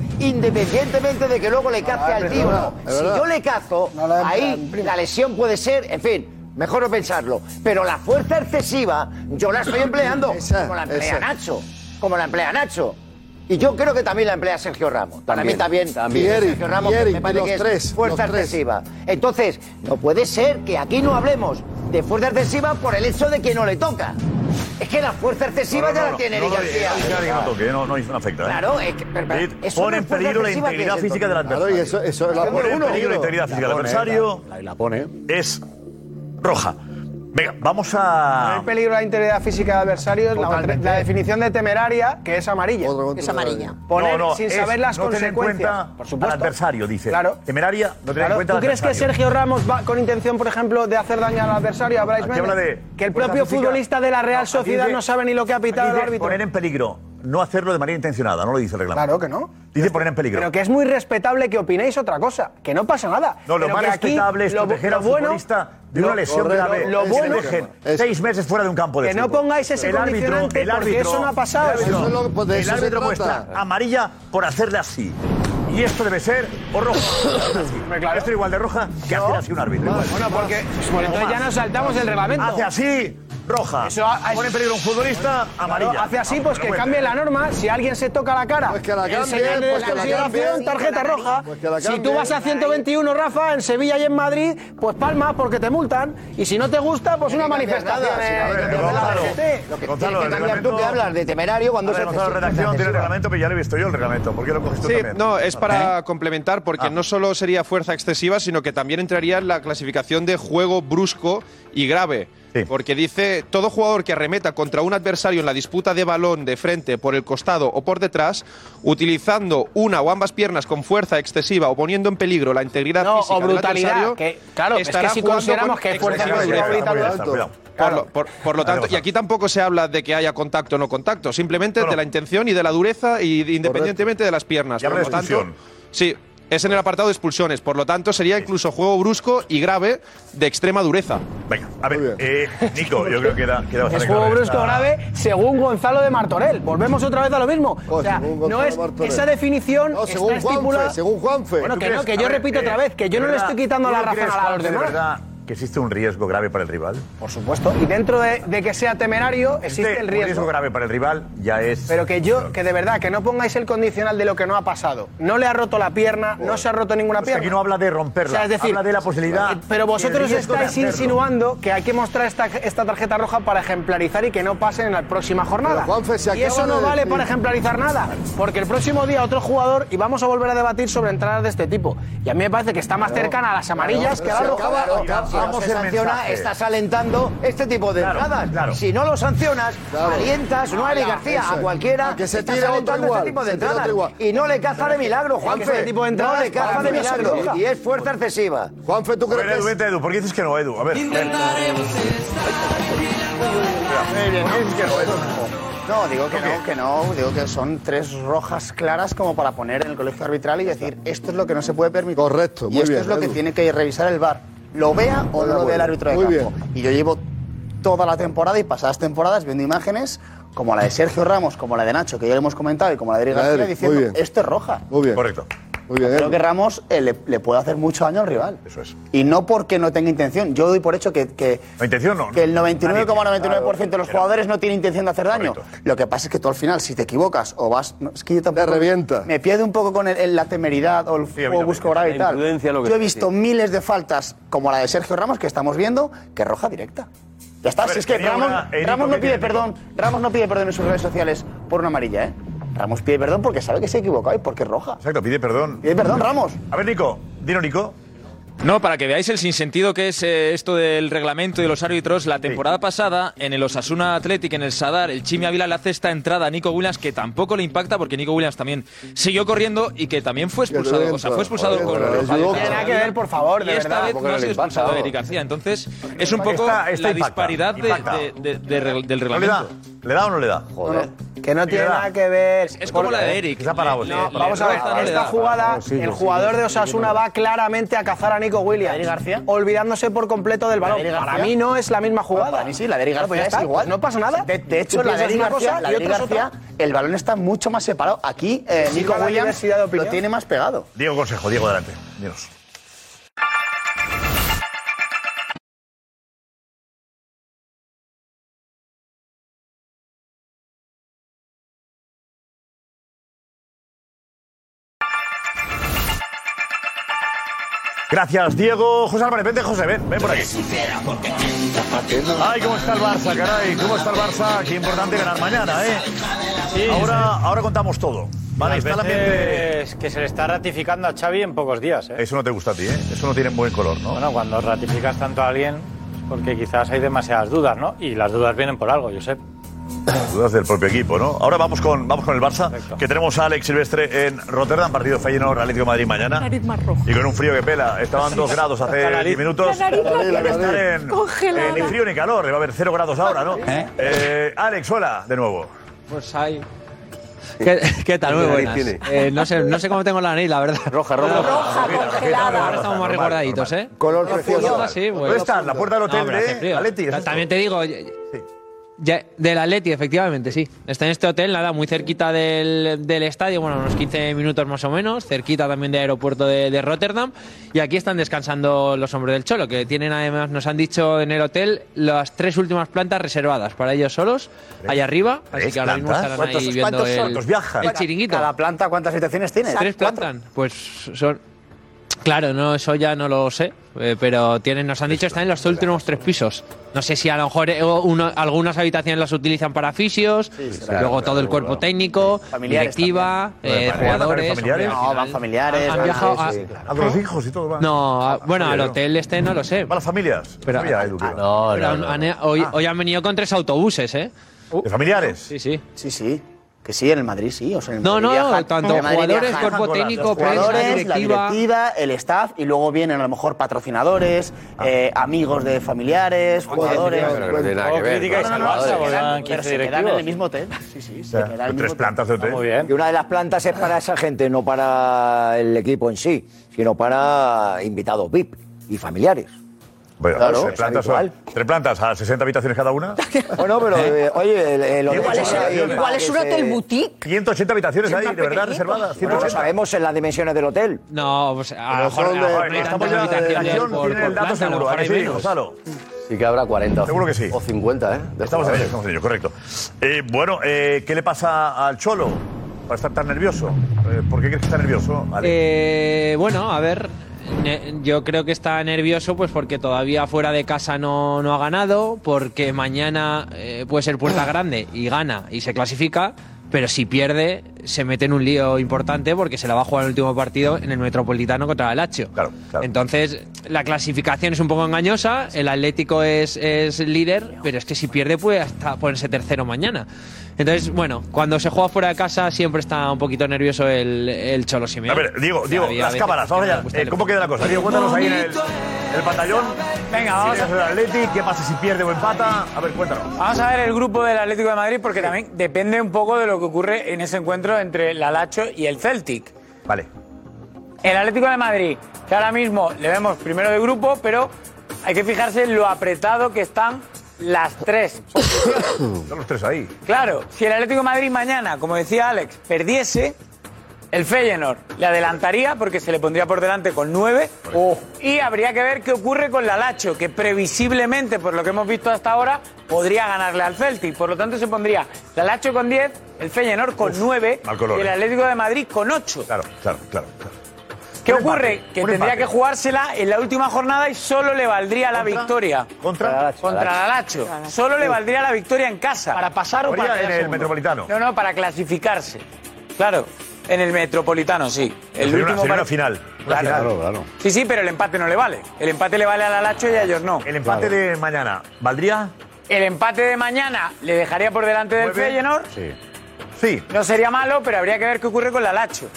Speaker 15: independientemente de que luego le cace al
Speaker 13: es
Speaker 15: tío o
Speaker 13: verdad,
Speaker 15: no.
Speaker 13: es
Speaker 15: Si
Speaker 13: verdad.
Speaker 15: yo le cazo, ahí la lesión puede ser, en fin, mejor no pensarlo. Pero la fuerza excesiva, yo la estoy empleando como la emplea
Speaker 13: esa.
Speaker 15: Nacho. Como la emplea Nacho. Y yo creo que también la emplea Sergio Ramos. Para mí también.
Speaker 13: también. Y Eric,
Speaker 15: Sergio Ramos
Speaker 13: y Eric,
Speaker 15: me parece
Speaker 13: los
Speaker 15: que es
Speaker 13: tres,
Speaker 15: fuerza
Speaker 13: los tres.
Speaker 15: excesiva. Entonces, no puede ser que aquí no hablemos de fuerza excesiva por el hecho de que no le toca. Es que la fuerza excesiva ya la tiene
Speaker 3: no,
Speaker 15: Eric
Speaker 3: no,
Speaker 15: García.
Speaker 3: no, no, no toque, no, no, no afecta. ¿eh?
Speaker 15: Claro, es que- pero- pero-
Speaker 3: Y
Speaker 15: eso no
Speaker 3: Pone en
Speaker 15: es fuerza
Speaker 3: peligro la
Speaker 15: excesiva, ¿qué
Speaker 3: integridad
Speaker 15: es esto?
Speaker 3: física del
Speaker 15: Claro,
Speaker 3: adversario.
Speaker 13: y eso, eso es la
Speaker 3: Pone en
Speaker 13: uno.
Speaker 3: peligro la integridad física del adversario.
Speaker 16: La pone.
Speaker 3: Es roja. Venga, vamos a...
Speaker 10: El peligro de la integridad física de adversarios, la,
Speaker 3: Totalmente.
Speaker 10: la definición de temeraria, que es amarilla.
Speaker 13: Es amarilla.
Speaker 10: Poner
Speaker 3: No, no,
Speaker 10: sin
Speaker 3: es
Speaker 10: saber las
Speaker 3: no tener en
Speaker 10: consecuencias.
Speaker 3: cuenta Al adversario, dice. Temeraria, no tener
Speaker 10: Claro,
Speaker 3: en cuenta
Speaker 10: ¿Tú
Speaker 3: al
Speaker 10: crees que
Speaker 3: adversario.
Speaker 10: Sergio Ramos va con intención, por ejemplo, de hacer daño al adversario, a Bryce
Speaker 3: Aquí
Speaker 10: Méndez?
Speaker 3: habla de
Speaker 10: que el
Speaker 3: fuerza
Speaker 10: propio
Speaker 3: física.
Speaker 10: futbolista de la Real
Speaker 3: No, aquí
Speaker 10: Sociedad
Speaker 3: dice-
Speaker 10: no sabe ni lo que ha pitado
Speaker 3: Dice
Speaker 10: el árbitro.
Speaker 3: poner en peligro, no hacerlo de manera intencionada, no lo dice el reglamento.
Speaker 10: Claro que no.
Speaker 3: Dice poner en peligro.
Speaker 10: Pero que es muy respetable que opinéis otra cosa, que no pasa nada.
Speaker 3: No, lo
Speaker 10: Pero
Speaker 3: más
Speaker 10: que aquí
Speaker 3: respetable es
Speaker 10: lo-
Speaker 3: proteger
Speaker 10: lo
Speaker 3: al
Speaker 10: bueno-
Speaker 3: futbolista de
Speaker 10: lo-
Speaker 3: una lesión
Speaker 10: correcto,
Speaker 3: grave.
Speaker 10: Lo
Speaker 3: que
Speaker 10: bueno
Speaker 3: le dejen seis meses fuera de un campo de
Speaker 10: Que no
Speaker 3: fútbol.
Speaker 10: pongáis ese
Speaker 3: el árbitro,
Speaker 10: condicionante
Speaker 3: el
Speaker 10: porque
Speaker 3: árbitro,
Speaker 10: eso no ha pasado.
Speaker 3: El árbitro,
Speaker 10: Eso es lo- pues de
Speaker 3: el
Speaker 10: eso se
Speaker 3: árbitro
Speaker 10: trata.
Speaker 3: muestra amarilla por hacerle así. Y esto debe ser o roja. Hombre, claro, esto es igual de roja que hacer así un árbitro. Bueno,
Speaker 10: porque pues, entonces ya nos saltamos el reglamento.
Speaker 3: Hace así, roja.
Speaker 10: Eso ha- ha-
Speaker 3: Pone en peligro a un futbolista,
Speaker 10: Claro,
Speaker 3: amarilla.
Speaker 10: hace así, pues que
Speaker 3: Bueno,
Speaker 10: cambie la norma. Si alguien se toca la cara,
Speaker 13: que la
Speaker 10: en
Speaker 13: cambie,
Speaker 10: señal de
Speaker 13: pues que la
Speaker 10: desconsideración,
Speaker 13: cambie.
Speaker 10: tarjeta roja.
Speaker 13: Pues que la
Speaker 10: Si tú
Speaker 13: cambie.
Speaker 10: vas a 121, Rafa, en Sevilla y en Madrid, pues palmas porque te multan. Y si no te gusta, pues una manifestación. eh, de la gente.
Speaker 15: Lo
Speaker 3: Gonzalo,
Speaker 15: que tienes que
Speaker 3: el
Speaker 15: cambiar tú
Speaker 3: reglamento-
Speaker 15: que hablas de temerario cuando
Speaker 3: A ver,
Speaker 15: es
Speaker 3: Gonzalo,
Speaker 15: excesivo,
Speaker 3: redacción tiene el
Speaker 15: excesivo.
Speaker 3: reglamento, pero ya lo he visto yo el reglamento. ¿Por qué lo coges tú
Speaker 17: Sí,
Speaker 3: también?
Speaker 17: no, es para complementar,
Speaker 10: Ah.
Speaker 17: porque no solo sería fuerza excesiva, sino que también entraría en la clasificación de juego brusco y grave. Porque dice, todo jugador que arremeta contra un adversario en la disputa de balón de frente, por el costado o por detrás, utilizando una o ambas piernas con fuerza excesiva o poniendo en peligro la integridad
Speaker 10: No,
Speaker 17: física
Speaker 10: o
Speaker 17: del
Speaker 10: brutalidad.
Speaker 17: adversario,
Speaker 10: que- claro, es
Speaker 17: estará
Speaker 10: que si
Speaker 17: jugando
Speaker 10: consideramos
Speaker 17: con
Speaker 10: que fuerza
Speaker 17: excesiva
Speaker 10: excesiva
Speaker 17: violencia.
Speaker 10: ahorita-
Speaker 3: Cuidado, cuidado.
Speaker 17: Por lo, por- por lo tanto, y aquí tampoco se habla de que haya contacto o no contacto, simplemente de la intención y de la dureza y de- independientemente de las piernas.
Speaker 3: Y habla
Speaker 17: Por
Speaker 3: de
Speaker 17: lo tanto,
Speaker 3: expulsión.
Speaker 17: sí, es en el apartado de expulsiones, por lo tanto sería incluso juego brusco y grave de extrema dureza.
Speaker 3: Venga, a ver, eh, Nico, yo creo que era queda
Speaker 10: Es
Speaker 3: bastante
Speaker 10: juego
Speaker 3: claro.
Speaker 10: brusco grave según Gonzalo de Martorell. Volvemos otra vez a lo mismo. o sea, no
Speaker 13: Pues, Gonzalo
Speaker 10: es
Speaker 13: Martorell.
Speaker 10: esa definición
Speaker 13: No, según
Speaker 10: está estipulada.
Speaker 13: Juanfe, según Juanfe.
Speaker 10: Bueno,
Speaker 13: ¿Tú
Speaker 10: que no,
Speaker 13: crees?
Speaker 10: que
Speaker 13: A
Speaker 10: yo
Speaker 13: ver,
Speaker 10: repito
Speaker 13: eh,
Speaker 10: otra vez, que yo no le estoy quitando
Speaker 3: ¿tú
Speaker 10: la
Speaker 3: no
Speaker 10: razón
Speaker 3: crees,
Speaker 10: a los
Speaker 3: Juanfe, de
Speaker 10: demás.
Speaker 3: verdad, que existe un riesgo grave para el rival?
Speaker 10: Por supuesto. Y dentro de, de que sea temerario, existe el
Speaker 3: Un riesgo
Speaker 10: riesgo.
Speaker 3: grave para el rival ya es...
Speaker 10: Pero que yo, que de verdad, que no pongáis el condicional de lo que no ha pasado. No le ha roto la pierna, no se ha roto ninguna
Speaker 3: Pues
Speaker 10: pierna.
Speaker 3: aquí no habla de romperla,
Speaker 10: O sea, es decir,
Speaker 3: habla de la posibilidad,
Speaker 10: Pero
Speaker 3: el
Speaker 10: vosotros
Speaker 3: riesgo de
Speaker 10: estáis
Speaker 3: hacerlo.
Speaker 10: insinuando que hay que mostrar esta, esta tarjeta roja para ejemplarizar y que no pasen en la próxima jornada.
Speaker 13: Pero, Juanfe, se
Speaker 10: y
Speaker 13: acaba
Speaker 10: eso no
Speaker 13: de
Speaker 10: vale
Speaker 13: decir-
Speaker 10: para ejemplarizar nada, porque el próximo día otro jugador y vamos a volver a debatir sobre entradas de este tipo. Y a mí me parece que está más cercana a las amarillas
Speaker 15: Claro,
Speaker 10: que a la
Speaker 15: se
Speaker 10: roja.
Speaker 15: acaba,
Speaker 10: Claro,
Speaker 15: acaba-
Speaker 10: si no
Speaker 15: vamos
Speaker 10: se
Speaker 15: el
Speaker 10: sanciona,
Speaker 15: mensaje.
Speaker 10: estás-
Speaker 15: estás alentando este tipo de
Speaker 10: Claro,
Speaker 15: entradas.
Speaker 10: claro.
Speaker 15: Si no lo sancionas,
Speaker 10: Claro.
Speaker 15: alientas no a Ari
Speaker 10: Ala,
Speaker 15: García,
Speaker 10: eso
Speaker 15: a
Speaker 10: es.
Speaker 15: cualquiera.
Speaker 10: A que se
Speaker 15: estás
Speaker 10: tire otro
Speaker 15: alentando
Speaker 10: igual,
Speaker 15: Este tipo de
Speaker 10: se tire
Speaker 15: entradas.
Speaker 10: otro igual.
Speaker 15: Y no le caza de milagro,
Speaker 10: Es que
Speaker 15: Juanfe.
Speaker 10: este tipo de
Speaker 15: no
Speaker 10: entradas
Speaker 15: le caza
Speaker 10: para
Speaker 15: de
Speaker 10: mí no son
Speaker 15: milagro.
Speaker 10: rojas.
Speaker 15: Y es fuerza excesiva.
Speaker 13: Juanfe, ¿tú
Speaker 3: A ver, Edu, vente, Edu, ¿por qué dices que no, Edu? A ver.
Speaker 18: No, digo que no, que no, digo que son tres rojas claras como para poner en el colegio arbitral y decir, esto es lo que no se puede permitir.
Speaker 13: Correcto,
Speaker 18: Y
Speaker 13: muy
Speaker 18: esto
Speaker 13: bien,
Speaker 18: es lo que
Speaker 13: Edu.
Speaker 18: tiene que revisar el VAR. Lo vea o no lo vea el árbitro de
Speaker 13: Muy
Speaker 18: campo. Y yo llevo toda la temporada y pasadas temporadas viendo imágenes como la de Sergio Ramos, como la de Nacho, que ya le hemos comentado, y como la de Eric
Speaker 13: La de
Speaker 18: García,
Speaker 13: Eric, muy
Speaker 18: diciendo,
Speaker 13: bien.
Speaker 18: esto es roja.
Speaker 13: Muy bien.
Speaker 3: Correcto.
Speaker 13: Muy bien,
Speaker 18: Creo
Speaker 13: Edu.
Speaker 18: que Ramos eh, le, le puede hacer mucho daño al rival.
Speaker 3: Eso es.
Speaker 18: Y no porque no tenga intención. Yo doy por hecho que, que,
Speaker 3: La intención no.
Speaker 18: que el 99,99% de
Speaker 3: Pero-
Speaker 18: los jugadores no tiene intención de hacer daño. Lo que pasa es que tú al final, si te equivocas o vas. no, es que yo tampoco.
Speaker 13: revienta.
Speaker 18: Me pierdo un poco con el- el- la temeridad o el juego busco grave y
Speaker 12: La
Speaker 18: tal.
Speaker 12: imprudencia, lo que
Speaker 18: Yo he
Speaker 12: sea,
Speaker 18: visto miles de faltas como la de Sergio Ramos que estamos viendo, que roja directa.
Speaker 3: A
Speaker 18: Ya está,
Speaker 3: ver,
Speaker 18: si es que
Speaker 3: tenía
Speaker 18: Ramos,
Speaker 3: una- Eric,
Speaker 18: Ramos
Speaker 3: ¿qué
Speaker 18: no pide
Speaker 3: tiene,
Speaker 18: perdón, Ramos no pide perdón en sus redes sociales por una amarilla, ¿eh? Ramos pide perdón porque sabe que se ha equivocado y porque es roja.
Speaker 3: Exacto, pide perdón.
Speaker 18: Pide perdón, Ramos.
Speaker 3: A ver, Nico, dino Nico.
Speaker 9: No, para que veáis el sinsentido que es eh, esto del reglamento y de los árbitros, la temporada pasada en el Osasuna Athletic, en el Sadar, el Chimi Ávila le hace esta entrada a Nico Williams que tampoco le impacta porque Nico Williams también siguió corriendo y que también fue expulsado. O sea, fue expulsado con.
Speaker 10: No tiene nada que ver, por favor,
Speaker 9: Y
Speaker 10: de
Speaker 9: esta
Speaker 10: verdad.
Speaker 9: vez no ha sido expulsado Eric García. Entonces, es un poco
Speaker 10: Esta- esta impacta,
Speaker 9: la disparidad de-
Speaker 10: impacta.
Speaker 9: de- de- de reg- del
Speaker 3: ¿No le da?
Speaker 9: reglamento.
Speaker 3: ¿Le da o no le da?
Speaker 9: Joder.
Speaker 10: Que no
Speaker 3: Sí,
Speaker 10: tiene
Speaker 3: le da.
Speaker 10: nada que ver.
Speaker 9: Es como la de Eric.
Speaker 3: Se ha parado,
Speaker 10: No,
Speaker 3: sí.
Speaker 10: vamos a ver,
Speaker 3: Esta no le
Speaker 10: esta
Speaker 3: da.
Speaker 10: jugada,
Speaker 3: Sí,
Speaker 10: el
Speaker 3: sí,
Speaker 10: jugador
Speaker 3: sí,
Speaker 10: de
Speaker 3: sí,
Speaker 10: Osasuna va claramente a cazar a Nico Williams. Olvidándose por completo del balón.
Speaker 18: ¿La de Eric
Speaker 10: Para
Speaker 18: García? Ah,
Speaker 10: mí no es la misma jugada.
Speaker 18: Para mí sí, la de Eric
Speaker 10: Bueno, pues
Speaker 18: García
Speaker 10: ya
Speaker 18: es
Speaker 10: está,
Speaker 18: igual.
Speaker 10: No pasa nada.
Speaker 18: De, de hecho,
Speaker 10: Tú
Speaker 18: la de
Speaker 10: piensas
Speaker 18: Eric
Speaker 10: una
Speaker 18: García,
Speaker 10: cosa
Speaker 18: la
Speaker 10: y
Speaker 18: de Eric
Speaker 10: otra es otra.
Speaker 18: García, el balón está mucho más separado. Aquí eh,
Speaker 10: Sí,
Speaker 18: Nico
Speaker 10: la
Speaker 18: Williams
Speaker 10: diversidad de
Speaker 18: lo
Speaker 10: opinión.
Speaker 18: tiene más pegado.
Speaker 3: Diego Consejo, Diego, adelante. Dinos. Gracias, Diego. José Álvarez, vente, José, ven, ven por aquí. Ay, cómo está el Barça, caray. ¿Cómo está el Barça? Qué importante ganar mañana, ¿eh? ahora, ahora contamos todo. Vale,
Speaker 11: Las
Speaker 3: está la
Speaker 11: veces que se le está ratificando a Xavi en pocos días. ¿eh?
Speaker 3: Eso no te gusta a ti, ¿eh? Eso no tiene buen color, ¿no?
Speaker 11: Bueno, cuando ratificas tanto a alguien es porque quizás hay demasiadas dudas, ¿no? Y las dudas vienen por algo, Josep.
Speaker 3: Dudas del propio equipo, ¿no? Ahora vamos con, vamos con el Barça, que tenemos a Alex Silvestre en Rotterdam, partido Feyenoord, Atlético de Madrid mañana.
Speaker 19: Nariz más roja.
Speaker 3: Y con un frío que pela. Estaban 2 grados
Speaker 19: La
Speaker 3: hace
Speaker 19: nariz.
Speaker 3: 10 minutos.
Speaker 19: La nariz la
Speaker 3: Debe
Speaker 19: tengo
Speaker 3: estar en,
Speaker 19: congelada.
Speaker 3: eh, ni frío ni calor, debe haber 0 grados ahora, ¿no? Eh, Alex, hola, de nuevo.
Speaker 4: Pues hay. ¿Qué, qué tal? Muy
Speaker 3: ¿Qué nariz
Speaker 4: buenas.
Speaker 3: tiene?
Speaker 4: Eh, no, sé, no sé cómo tengo la nariz, la verdad. Roja, roja.
Speaker 3: Roja, congelada.
Speaker 4: Ahora estamos más
Speaker 3: Normal,
Speaker 4: recordaditos, ¿eh?
Speaker 3: Color
Speaker 4: Rojo,
Speaker 3: precioso.
Speaker 4: rojo, sí,
Speaker 3: ¿Dónde
Speaker 4: bueno.
Speaker 3: estás? La puerta del hotel
Speaker 4: pero hace
Speaker 3: de
Speaker 4: frío.
Speaker 3: Atleti, ¿es esto?
Speaker 4: También te digo. ya- ya- del Atleti, efectivamente, sí. Está en este hotel, nada, muy cerquita del, del estadio, bueno, unos 15 minutos más o menos, cerquita también del aeropuerto de, de Rotterdam. Y aquí están descansando los hombres del Cholo, que tienen además, nos han dicho en el hotel, las tres últimas plantas reservadas para ellos solos, allá arriba. Así que ahora mismo estarán ahí viendo el, el chiringuito.
Speaker 18: Pues Cada planta, ¿cuántas habitaciones tiene?
Speaker 4: ¿Tres
Speaker 18: Cuatro.
Speaker 4: plantan? Pues son. Claro, no, eso ya no lo sé, eh, pero tienen, nos han dicho están en los últimos tres pisos. No sé si a lo mejor eh, o uno- algunas habitaciones las utilizan para fisios,
Speaker 18: será,
Speaker 4: luego
Speaker 18: será,
Speaker 4: todo el cuerpo técnico,
Speaker 18: Familiares
Speaker 4: directiva,
Speaker 18: también.
Speaker 4: eh,
Speaker 18: Bueno, ¿van
Speaker 4: jugadores.
Speaker 18: también familiares?
Speaker 4: hombre, al
Speaker 18: No, van
Speaker 4: final
Speaker 18: familiares,
Speaker 4: Han, han
Speaker 18: van-
Speaker 4: viajado a-
Speaker 18: sí, sí.
Speaker 3: Ah, con los hijos y todo, va.
Speaker 4: No, a- bueno, al
Speaker 3: yo.
Speaker 4: hotel este no lo sé.
Speaker 3: Para la familia.
Speaker 4: Pero- ah,
Speaker 3: Sabía, Edu, que iba.
Speaker 4: Pero han- han- hoy, hoy han venido con tres autobuses, ¿eh?
Speaker 3: ¿De familiares?
Speaker 4: Sí, sí.
Speaker 18: Sí, sí. Que sí, en el Madrid sí. O sea, en el
Speaker 4: No,
Speaker 18: Madrid
Speaker 4: no,
Speaker 18: viajan-
Speaker 4: tanto
Speaker 18: en el Madrid
Speaker 4: jugadores,
Speaker 18: viajan
Speaker 4: cuerpo
Speaker 18: con las-
Speaker 4: técnico,
Speaker 18: los
Speaker 4: prensa,
Speaker 18: jugadores,
Speaker 4: directiva.
Speaker 18: la directiva, el staff y luego vienen a lo mejor patrocinadores, eh, amigos de familiares, jugadores.
Speaker 7: pero que no tiene nada que
Speaker 18: O
Speaker 7: ver,
Speaker 18: críticas
Speaker 7: ¿no?
Speaker 18: al Barça,
Speaker 7: Jugadores.
Speaker 18: pero se
Speaker 7: Quedan
Speaker 18: quedan-
Speaker 7: 15
Speaker 18: Pero se quedan en
Speaker 7: directivos.
Speaker 18: el mismo hotel. Sí, sí, se
Speaker 7: sea,
Speaker 18: quedan en el
Speaker 3: tres
Speaker 18: mismo
Speaker 3: plantas de hotel.
Speaker 7: Y una de las plantas es para esa gente, no para el equipo en sí, sino para invitados VIP y familiares.
Speaker 3: Bueno,
Speaker 7: Claro,
Speaker 3: tres,
Speaker 7: es
Speaker 3: plantas son- tres plantas a 60 habitaciones cada una.
Speaker 7: Bueno, pero eh, oye, el- el-
Speaker 3: ¿Cuál es el-
Speaker 7: el-
Speaker 3: cuál es un hotel
Speaker 7: boutique?
Speaker 3: 180 habitaciones ahí,
Speaker 7: Siempre
Speaker 3: de verdad,
Speaker 7: pequeñitos.
Speaker 3: reservadas.
Speaker 7: Bueno, lo
Speaker 3: 180.
Speaker 7: sabemos en las dimensiones del hotel.
Speaker 4: No, pues a
Speaker 19: ah,
Speaker 4: lo mejor
Speaker 7: son
Speaker 4: a lo
Speaker 7: de-
Speaker 4: mejor no hay
Speaker 7: estamos ya
Speaker 4: tantas
Speaker 7: de
Speaker 3: eh,
Speaker 4: habitaciones
Speaker 7: relación,
Speaker 4: por,
Speaker 7: tienen el
Speaker 4: por
Speaker 7: dato
Speaker 4: planta, a lo
Speaker 7: seguro,
Speaker 4: mejor
Speaker 7: ¿a
Speaker 4: hay
Speaker 7: que sí,
Speaker 4: menos.
Speaker 3: Gonzalo?
Speaker 14: Sí que habrá 40.
Speaker 3: Seguro que sí.
Speaker 14: O 50, ¿eh? De
Speaker 3: Estamos en ello,
Speaker 14: jugadores.
Speaker 3: estamos en ello, correcto. Eh, bueno, eh, ¿qué le pasa al Cholo para estar tan nervioso? Eh, ¿Por qué crees que está nervioso? Ale?
Speaker 4: Eh, bueno, a ver. ne- Yo creo que está nervioso pues porque todavía fuera de casa no, no ha ganado, porque mañana eh, puede ser puerta grande y gana y se clasifica, pero si pierde se mete en un lío importante porque se la va a jugar el último partido en el Metropolitano contra el Lazio. Entonces la clasificación es un poco engañosa, el Atlético es, es líder, pero es que si pierde puede hasta ponerse tercero mañana. Entonces, bueno, cuando se juega fuera de casa siempre está un poquito nervioso el, el Cholo Simeone.
Speaker 3: A ver, Diego,
Speaker 4: Eh, O sea,
Speaker 3: Diego,
Speaker 4: había
Speaker 3: las
Speaker 4: veces
Speaker 3: cámaras,
Speaker 4: que
Speaker 3: vamos
Speaker 4: no le
Speaker 3: allá.
Speaker 4: gusta
Speaker 3: Eh,
Speaker 4: el
Speaker 3: ¿Cómo queda la cosa? Diego, cuéntanos ahí en el, el batallón.
Speaker 19: Venga, vamos
Speaker 3: Si
Speaker 19: a-
Speaker 3: pierde el Atleti, ¿qué pasa si pierde o empata? A ver, cuéntanos.
Speaker 19: Vamos a ver el grupo del Atlético de Madrid porque también depende un poco de lo que ocurre en ese encuentro entre la Lacho y el Celtic.
Speaker 3: Vale.
Speaker 19: El Atlético de Madrid, que ahora mismo le vemos primero de grupo, pero hay que fijarse en lo apretado que están las tres.
Speaker 3: Están los tres ahí.
Speaker 19: Claro, si el Atlético de Madrid mañana, como decía Alex, perdiese, el Feyenoord le adelantaría porque se le pondría por delante con nueve. Y habría que ver qué ocurre con la Lacho, que previsiblemente, por lo que hemos visto hasta ahora, podría ganarle al Celtic. Por lo tanto, se pondría la Lacho con 10, el Feyenoord con nueve
Speaker 3: mal color,
Speaker 19: y el
Speaker 3: eh.
Speaker 19: Atlético de Madrid con ocho.
Speaker 3: Claro, claro, claro. claro.
Speaker 19: ¿Qué
Speaker 3: Un
Speaker 19: ocurre?
Speaker 3: empate,
Speaker 19: que
Speaker 3: un
Speaker 19: tendría
Speaker 3: empate.
Speaker 19: que jugársela en la última jornada y solo le valdría la victoria.
Speaker 3: ¿Contra?
Speaker 19: Contra la Lacho. Solo le valdría la victoria en casa. ¿Para pasar
Speaker 3: o para Jugaría en quedar el segundo? Metropolitano.
Speaker 19: No, no, para clasificarse. Claro, en el Metropolitano, sí. El
Speaker 3: Sería una-
Speaker 19: último
Speaker 3: sería una
Speaker 19: par-
Speaker 3: final. Una
Speaker 19: Claro.
Speaker 3: final.
Speaker 19: Sí, sí, pero el empate no le vale. El empate le vale a la Lacho y a ellos no.
Speaker 3: El empate de mañana, ¿valdría?
Speaker 19: El empate de mañana le dejaría por delante del
Speaker 3: Nueve.
Speaker 19: Feyenoord.
Speaker 3: Sí. Sí.
Speaker 19: No sería malo, pero habría que ver qué ocurre con la Lacho.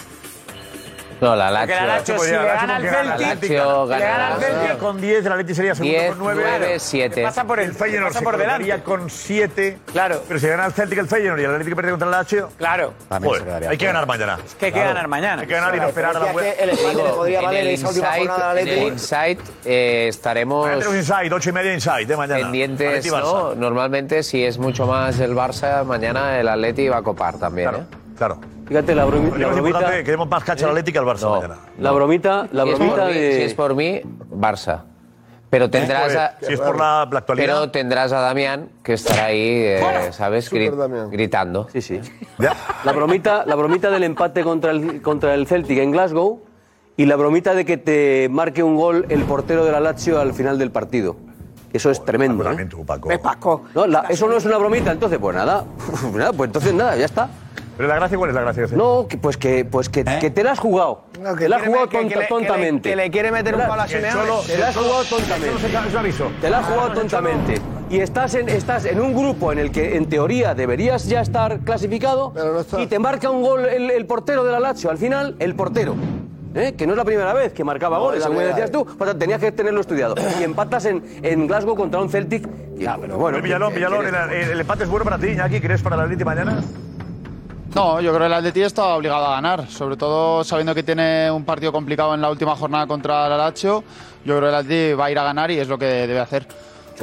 Speaker 8: No, la
Speaker 19: Porque la
Speaker 8: Lazio.
Speaker 19: Lazio, si le gana al Celtic,
Speaker 8: Lazio
Speaker 19: si le gana al
Speaker 8: gana.
Speaker 19: Celtic,
Speaker 3: Con 10, el Atleti sería segundo
Speaker 8: 10,
Speaker 3: con 9.
Speaker 8: 9, 7.
Speaker 3: Pasa por el, Feyenoord
Speaker 19: pasa
Speaker 3: se
Speaker 19: por delante.
Speaker 3: colocaría con 7. Claro. Pero si gana el Celtic el Feyenoord y el Atlético pierde contra el Lazio.
Speaker 19: Claro.
Speaker 3: También
Speaker 7: se quedaría
Speaker 3: hay que
Speaker 7: fuera.
Speaker 3: ganar mañana.
Speaker 19: que hay que ganar mañana.
Speaker 3: Hay que ganar y no esperar a la vuelta.
Speaker 8: en el Insight, en el Insight, eh,
Speaker 3: Mañana
Speaker 8: estaremos
Speaker 3: tenemos inside, 8 y media inside de mañana.
Speaker 8: pendientes,
Speaker 3: Atleti Barça.
Speaker 8: ¿no? Normalmente, si es mucho más el Barça, mañana el Atleti va a copar también, ¿eh?
Speaker 3: Claro, claro.
Speaker 8: Fíjate
Speaker 12: la bromi-
Speaker 3: Lo
Speaker 12: la
Speaker 3: más
Speaker 12: bromita-
Speaker 3: importante es que queremos más cacha al Atleti que al Barça mañana.
Speaker 12: La bromita, la
Speaker 8: Si es por
Speaker 12: bromita
Speaker 8: mí-
Speaker 12: de.
Speaker 8: Si es por mí, Barça.
Speaker 3: Eh,
Speaker 8: Pero tendrás
Speaker 3: pues,
Speaker 12: Joder,
Speaker 8: a,
Speaker 12: si es por la- la actualidad.
Speaker 8: Pero tendrás a Damián, que estará ahí, eh, ¿sabes? Gri- gritando.
Speaker 12: Sí, sí. La bromita, la bromita del empate contra el, contra el Celtic en Glasgow y la bromita de que te marque un gol el portero de la Lazio al final del partido. Eso es tremendo. ¿eh? No, la- eso no es una bromita, entonces pues nada. nada, pues entonces nada, ya está.
Speaker 3: Pero la gracia, ¿cuál es la gracia?
Speaker 12: No, que- pues que, pues que, que te la has jugado.
Speaker 10: No, que
Speaker 12: te la has
Speaker 10: quiere
Speaker 12: jugado
Speaker 10: me- que- que le-
Speaker 12: tonta-
Speaker 10: que le-
Speaker 12: tontamente.
Speaker 10: que le quiere meter un
Speaker 12: Te la-
Speaker 10: palo a Simeone.
Speaker 12: Te la has jugado tontamente.
Speaker 3: Es un aviso.
Speaker 12: Te la has jugado tontamente. Y estás en, estás en un grupo en el que en teoría deberías ya estar clasificado y te marca un gol el, el portero de la Lazio. Al final, el portero. ¿eh? Que no es la primera vez que marcaba
Speaker 7: No, es
Speaker 12: goles,
Speaker 7: la
Speaker 12: según
Speaker 7: primera
Speaker 12: decías tú. Por tanto, tenías que tenerlo estudiado. Y empatas en, en Glasgow contra un Celtic. Ya, pero bueno.
Speaker 3: Bueno, Villalón, Villalón, el, el- el empate es bueno para ti, Iñaki. ¿Crees para el Atleti mañana?
Speaker 20: No, yo creo que el Atleti está obligado a ganar, sobre todo sabiendo que tiene un partido complicado en la última jornada contra el Lazio. Yo creo que el Atleti va a ir a ganar y es lo que debe hacer.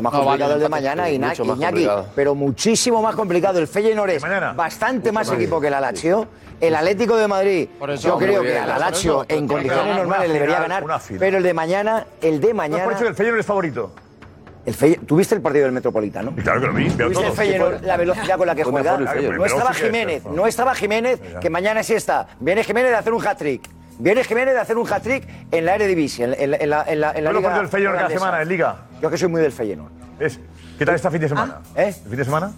Speaker 7: Más
Speaker 20: No vale
Speaker 7: complicado el de
Speaker 20: empate.
Speaker 7: mañana, Iñaki, Iñaki, pero muchísimo más complicado. El Feyenoord es bastante más equipo que el Alacho. El Atlético de Madrid,
Speaker 20: eso,
Speaker 7: yo
Speaker 20: muy
Speaker 7: creo
Speaker 20: bien,
Speaker 7: que al
Speaker 20: por
Speaker 7: Alacho
Speaker 20: eso.
Speaker 7: en
Speaker 20: Pero
Speaker 7: condiciones
Speaker 20: una
Speaker 7: normales le
Speaker 20: final,
Speaker 7: debería ganar,
Speaker 20: una final.
Speaker 7: pero el de mañana, el de
Speaker 3: ¿No es
Speaker 7: mañana...
Speaker 3: por eso que el Feyenoord es favorito?
Speaker 7: El Feyenoord- ¿Tuviste el partido del Metropolitano?
Speaker 3: Claro que lo vi, veo
Speaker 7: ¿Tuviste
Speaker 3: todo.
Speaker 7: el Feyenoord, la velocidad con la que
Speaker 3: Fue mejor
Speaker 7: juega?
Speaker 3: el Feyenoord.
Speaker 7: No estaba
Speaker 3: Pero sí que es,
Speaker 7: Jiménez,
Speaker 3: pero-
Speaker 7: no estaba Jiménez, que mañana sí está. Viene Jiménez de hacer un hat-trick. Viene Jiménez de hacer un hat-trick en la Eredivisie, en, la- en la- en la, en la, en la
Speaker 3: ¿Cuál es el
Speaker 7: Liga
Speaker 3: partido del Feyenoord cada ¿eh?
Speaker 7: holandesa.
Speaker 3: semana en Liga?
Speaker 7: Yo que soy muy del Feyenoord.
Speaker 3: Es- ¿Qué tal este fin de semana? ¿Eh? ¿El fin de semana?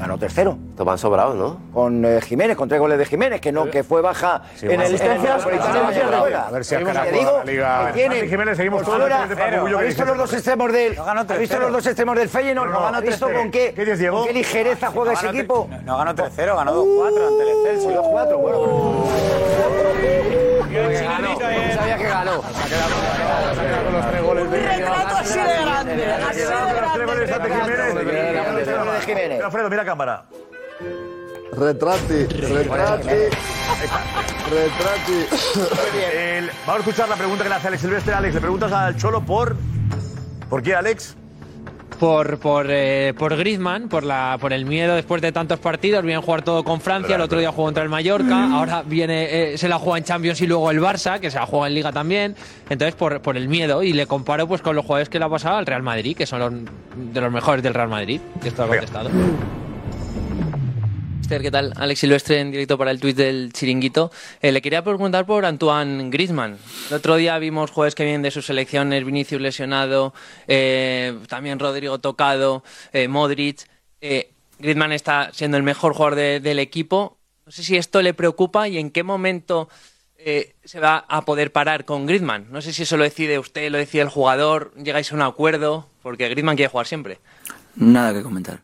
Speaker 15: ganó tercero.
Speaker 14: Tomás sobrado, ¿no?
Speaker 15: Con eh, Jiménez, con tres goles de Jiménez, que no, que fue baja
Speaker 14: Sí,
Speaker 15: en
Speaker 14: bueno,
Speaker 15: el en el
Speaker 14: asistencias,
Speaker 15: Metropolitano
Speaker 14: asistencias,
Speaker 15: de Noruega.
Speaker 14: a ver si
Speaker 15: Seguimos,
Speaker 14: Alcaraz
Speaker 15: te digo,
Speaker 14: juega la Liga.
Speaker 15: que tiene-
Speaker 14: Martín Jiménez, seguimos
Speaker 15: por
Speaker 14: todos
Speaker 15: ahora,
Speaker 14: después de Paco
Speaker 15: pero,
Speaker 14: Bullo, que
Speaker 15: ¿Ha visto
Speaker 14: dice-
Speaker 15: los dos extremos del
Speaker 19: No ganó
Speaker 15: ¿Ha visto
Speaker 19: 3-0.
Speaker 15: los dos extremos del Feyenoord?
Speaker 19: No, no,
Speaker 15: ¿No ha visto
Speaker 19: 3-0.
Speaker 15: con qué,
Speaker 19: ¿Qué dices, Diego?
Speaker 15: con qué ligereza
Speaker 19: Ah, sí,
Speaker 15: juega
Speaker 19: no
Speaker 15: ese
Speaker 19: ganó
Speaker 15: equipo?
Speaker 19: No ganó 3-0, ganó 2-4 ante el Excelsior. 2-4, ¿eh?
Speaker 14: No sabía que ganó.
Speaker 5: así de grande, así de
Speaker 13: de Jiménez.
Speaker 3: Alfredo, mira cámara.
Speaker 13: Retrati, retrati, retrati.
Speaker 3: El- vamos a escuchar la pregunta que le hace Alex Silvestre. Alex, le preguntas al Cholo por. ¿Por qué, Alex?
Speaker 4: por por, eh, por Griezmann, por la por el miedo después de tantos partidos, viene a jugar todo con Francia, el otro día jugó contra el Mallorca, ahora viene eh, se la juega en Champions y luego el Barça, que se la juega en Liga también, entonces por, por el miedo y le comparo pues con los jugadores que le ha pasado al Real Madrid, que son los, de los mejores del Real Madrid, que esto lo ha contestado.
Speaker 21: Esther, ¿qué tal? Alex Silvestre en directo para el tuit del chiringuito. Eh, le quería preguntar por Antoine Griezmann. El otro día vimos jugadores que vienen de sus selecciones, Vinicius lesionado, eh, también Rodrigo tocado, eh, Modric. Eh, Griezmann está siendo el mejor jugador de- del equipo. No sé si esto le preocupa y en qué momento eh, se va a poder parar con Griezmann. No sé si eso lo decide usted, lo decide el jugador, llegáis a un acuerdo, porque Griezmann quiere jugar siempre. Nada que comentar.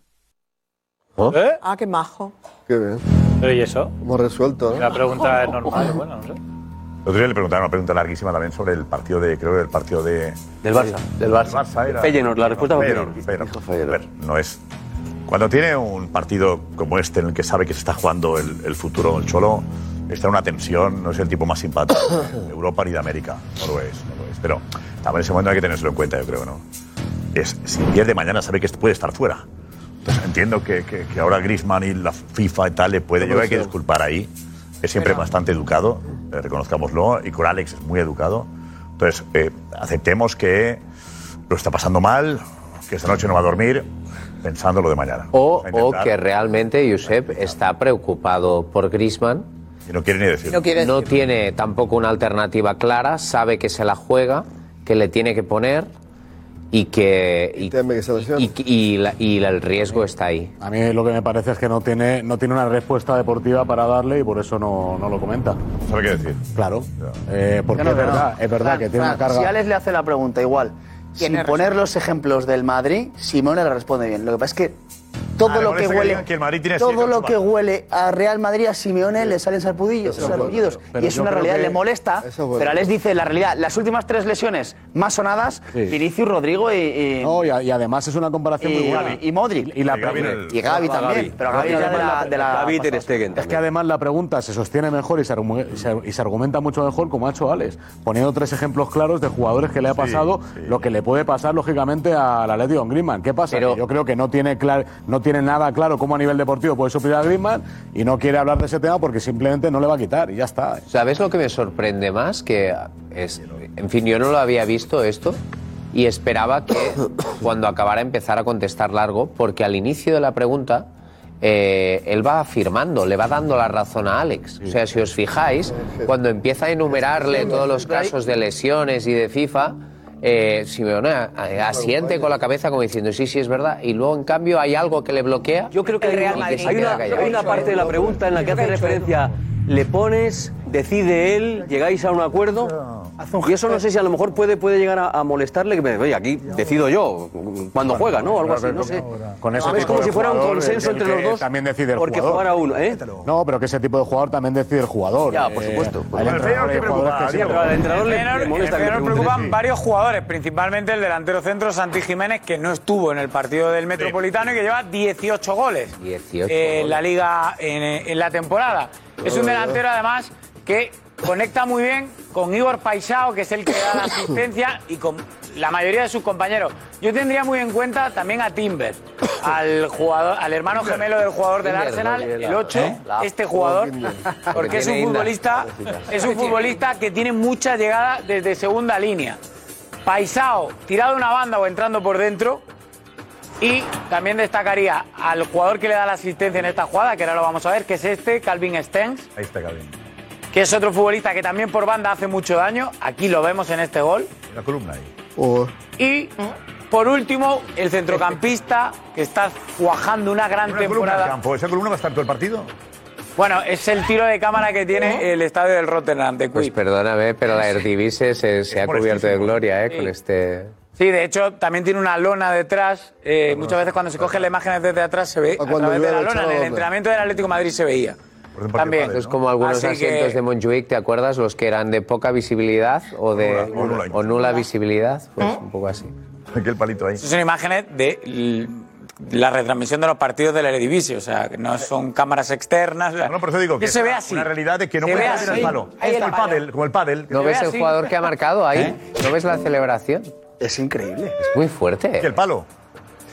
Speaker 5: Ah, qué majo.
Speaker 13: Qué bien.
Speaker 11: ¿Eh? ¿Y eso?
Speaker 13: Hemos resuelto, ¿no?
Speaker 11: La pregunta es normal, bueno, no sé.
Speaker 3: El otro día le preguntaron una pregunta larguísima también sobre el partido de. Creo que el partido de.
Speaker 12: Del Barça.
Speaker 3: Del Barça. era.
Speaker 12: Feyenoord, la respuesta fue
Speaker 3: Feyenoord, Feyenoord. A ver, no es. Cuando tiene un partido como este en el que sabe que se está jugando el, el futuro del Cholo, está en una tensión, no es el tipo más simpático de Europa ni de América. No lo es, no lo es. Pero también en ese momento hay que tenerlo en cuenta, yo creo, ¿no? Es, si pierde mañana, sabe que puede estar fuera. Entonces entiendo que, que- que ahora Griezmann y la FIFA y tal le puede. Yo creo que hay que disculpar ahí. Es siempre bastante educado, eh, reconozcámoslo, y con Alex es muy educado. Entonces, eh, aceptemos que lo está pasando mal, que esta noche no va a dormir, pensando lo de mañana. a
Speaker 8: O, o
Speaker 3: intentar.
Speaker 8: que realmente Josep está preocupado por Griezmann.
Speaker 3: Y no quiere ni decir.
Speaker 8: No, tiene tampoco una alternativa clara, sabe que se la juega, que le tiene que poner y que. Y, y- y la- y la- el riesgo está ahí.
Speaker 16: A mí lo que me parece es que no tiene, no tiene una respuesta deportiva para darle y por eso no, no lo comenta.
Speaker 3: ¿Sabe qué decir?
Speaker 16: Claro. Eh,
Speaker 18: Yo
Speaker 16: porque
Speaker 18: no
Speaker 16: es
Speaker 18: creo,
Speaker 16: verdad,
Speaker 18: no.
Speaker 16: es verdad
Speaker 18: Fran,
Speaker 16: que tiene una
Speaker 18: Fran,
Speaker 16: carga.
Speaker 18: Si Alex le hace la pregunta igual, sin
Speaker 16: Tiene razón.
Speaker 18: poner los ejemplos del Madrid, Simone le responde bien. Lo que pasa es que todo
Speaker 3: Ah, le
Speaker 18: lo que
Speaker 3: molesta que
Speaker 18: huele
Speaker 3: digan que el Madrid tiene
Speaker 18: todo
Speaker 3: siete,
Speaker 18: lo
Speaker 3: ocho
Speaker 18: que huele a Real Madrid a Simeone le salen sarpudillos,
Speaker 3: Eso es
Speaker 18: sarpullidos.
Speaker 3: bueno, pero
Speaker 18: y es
Speaker 3: yo
Speaker 18: una
Speaker 3: creo
Speaker 18: realidad,
Speaker 3: que-
Speaker 18: le molesta,
Speaker 3: eso es bueno.
Speaker 18: pero Alex dice la realidad, las últimas tres lesiones más sonadas, Vinicius, Rodrigo y, y-
Speaker 16: No, y, a- y además es una comparación muy
Speaker 18: y-
Speaker 16: buena.
Speaker 18: y Modric.
Speaker 16: Y, la
Speaker 18: Y Gavi
Speaker 16: pre-
Speaker 18: en el- Y Gavi también, pero Gavi ya de la- de la-
Speaker 12: Gavi y Ter Stegen
Speaker 16: Es que además la pregunta se sostiene mejor y se, argu- y se- y se argumenta mucho mejor como ha hecho Alex, poniendo tres ejemplos claros de jugadores que le ha pasado lo que le puede pasar lógicamente al Atlético con Griezmann. ¿Qué pasa? Que yo creo que no tiene clar- no tiene nada claro cómo a nivel deportivo puede suplir a Griezmann y no quiere hablar de ese tema porque simplemente no le va a quitar y ya está.
Speaker 8: ¿Sabes lo que me sorprende más? Que es, en fin, yo no lo había visto esto y esperaba que cuando acabara empezar a contestar largo, porque al inicio de la pregunta eh, él va afirmando, le va dando la razón a Alex. O sea, si os fijáis, cuando empieza a enumerarle todos los casos de lesiones y de FIFA, eh, Simeone a- a- asiente con la cabeza como diciendo sí, sí, es verdad. Y luego, en cambio, hay algo que le bloquea. Yo creo
Speaker 12: que hay una- hay una, hay una parte de la pregunta en la que hace referencia, le pones, decide él, llegáis a un acuerdo. Y eso no sé si a lo mejor puede, puede llegar a, a molestarle, que me oye, aquí decido yo cuando juega, ¿no? O algo así, no sé.
Speaker 16: Con ese
Speaker 12: es
Speaker 16: tipo
Speaker 12: como
Speaker 16: de
Speaker 12: si fuera un
Speaker 16: jugador,
Speaker 12: consenso
Speaker 16: el- el
Speaker 12: entre los
Speaker 16: que
Speaker 12: dos.
Speaker 16: También decide el
Speaker 12: porque
Speaker 16: jugador.
Speaker 12: jugar a uno, ¿eh?
Speaker 16: No, pero que ese tipo de jugador también decide el jugador.
Speaker 12: Ya, por
Speaker 16: Eh,
Speaker 12: supuesto.
Speaker 16: hay
Speaker 12: Bueno, el
Speaker 16: entrenadores y
Speaker 12: Feyenoord te
Speaker 16: jugadores
Speaker 12: preocupa,
Speaker 16: que
Speaker 12: Diego.
Speaker 16: siempre-
Speaker 12: Al entrenador le-
Speaker 19: Feyenoord-
Speaker 12: le molesta
Speaker 19: el
Speaker 12: que le
Speaker 19: Feyenoord
Speaker 12: pregunten
Speaker 19: preocupan
Speaker 12: eso.
Speaker 19: varios jugadores, principalmente el delantero centro Santi Jiménez, que no estuvo en el partido del Metropolitano y que lleva 18 goles
Speaker 8: 18
Speaker 19: eh, en
Speaker 8: goles.
Speaker 19: la liga en, en la temporada. Es
Speaker 12: Oh.
Speaker 19: un delantero además que conecta muy bien con Igor Paisao, que es el que da la asistencia, y con la mayoría de sus compañeros. Yo tendría muy en cuenta también a Timber, al jugador, al hermano gemelo del jugador del
Speaker 12: Timber,
Speaker 19: Arsenal,
Speaker 12: no,
Speaker 19: el 8,
Speaker 12: ¿eh? La-
Speaker 19: este jugador, porque es
Speaker 12: Tiene
Speaker 19: un
Speaker 12: inda.
Speaker 19: futbolista es un futbolista que tiene mucha llegada desde segunda línea. Paisao, tirado de una banda o entrando por dentro. Y también destacaría al jugador que le da la asistencia en esta jugada, que ahora lo vamos a ver, que es este, Calvin Stengs,
Speaker 3: Ahí está Gaby.
Speaker 19: que es otro futbolista que también por banda hace mucho daño. Aquí lo vemos en este gol.
Speaker 3: La columna ahí.
Speaker 19: Y por último, el centrocampista que está cuajando una gran
Speaker 3: Una columna de
Speaker 19: temporada.
Speaker 3: campo. ¿Esa columna va a estar todo el partido?
Speaker 19: Bueno, es el tiro de cámara que tiene el estadio del Rotterdam de
Speaker 8: Pues
Speaker 19: Quick.
Speaker 8: perdóname, pero la Eredivisie se, se ha cubierto de gloria, ¿eh? Con este...
Speaker 19: Sí, de hecho, también tiene una lona detrás. Eh, muchas veces cuando se cogen las imágenes desde atrás se ve a
Speaker 8: cuando
Speaker 19: través de la
Speaker 8: llueve,
Speaker 19: lona. En el
Speaker 8: chaval.
Speaker 19: entrenamiento del Atlético de Madrid se veía. También.
Speaker 8: Esto es Pues como algunos
Speaker 19: Así que-
Speaker 8: asientos de Montjuic, ¿te acuerdas? Los que eran de poca visibilidad o de o nula, visibilidad, pues
Speaker 5: ¿Eh?
Speaker 8: un poco así.
Speaker 3: Aquel palito ahí.
Speaker 19: Estas son imágenes de l- la retransmisión de los partidos del Eredivisie, o sea, que no son cámaras externas. No,
Speaker 3: Por eso digo que
Speaker 19: se ve
Speaker 3: la-
Speaker 19: así.
Speaker 3: Una realidad es que no
Speaker 19: Se
Speaker 3: puede
Speaker 19: ve
Speaker 3: hacer el
Speaker 19: así.
Speaker 3: palo.
Speaker 19: Ahí
Speaker 3: Es como el
Speaker 19: está.
Speaker 3: pádel, como el
Speaker 5: ¿Eh?
Speaker 3: pádel.
Speaker 8: ¿No ves el jugador que ha marcado ahí? ¿No ves la celebración?
Speaker 15: Es increíble.
Speaker 8: Es muy fuerte.
Speaker 3: ¿Y el palo?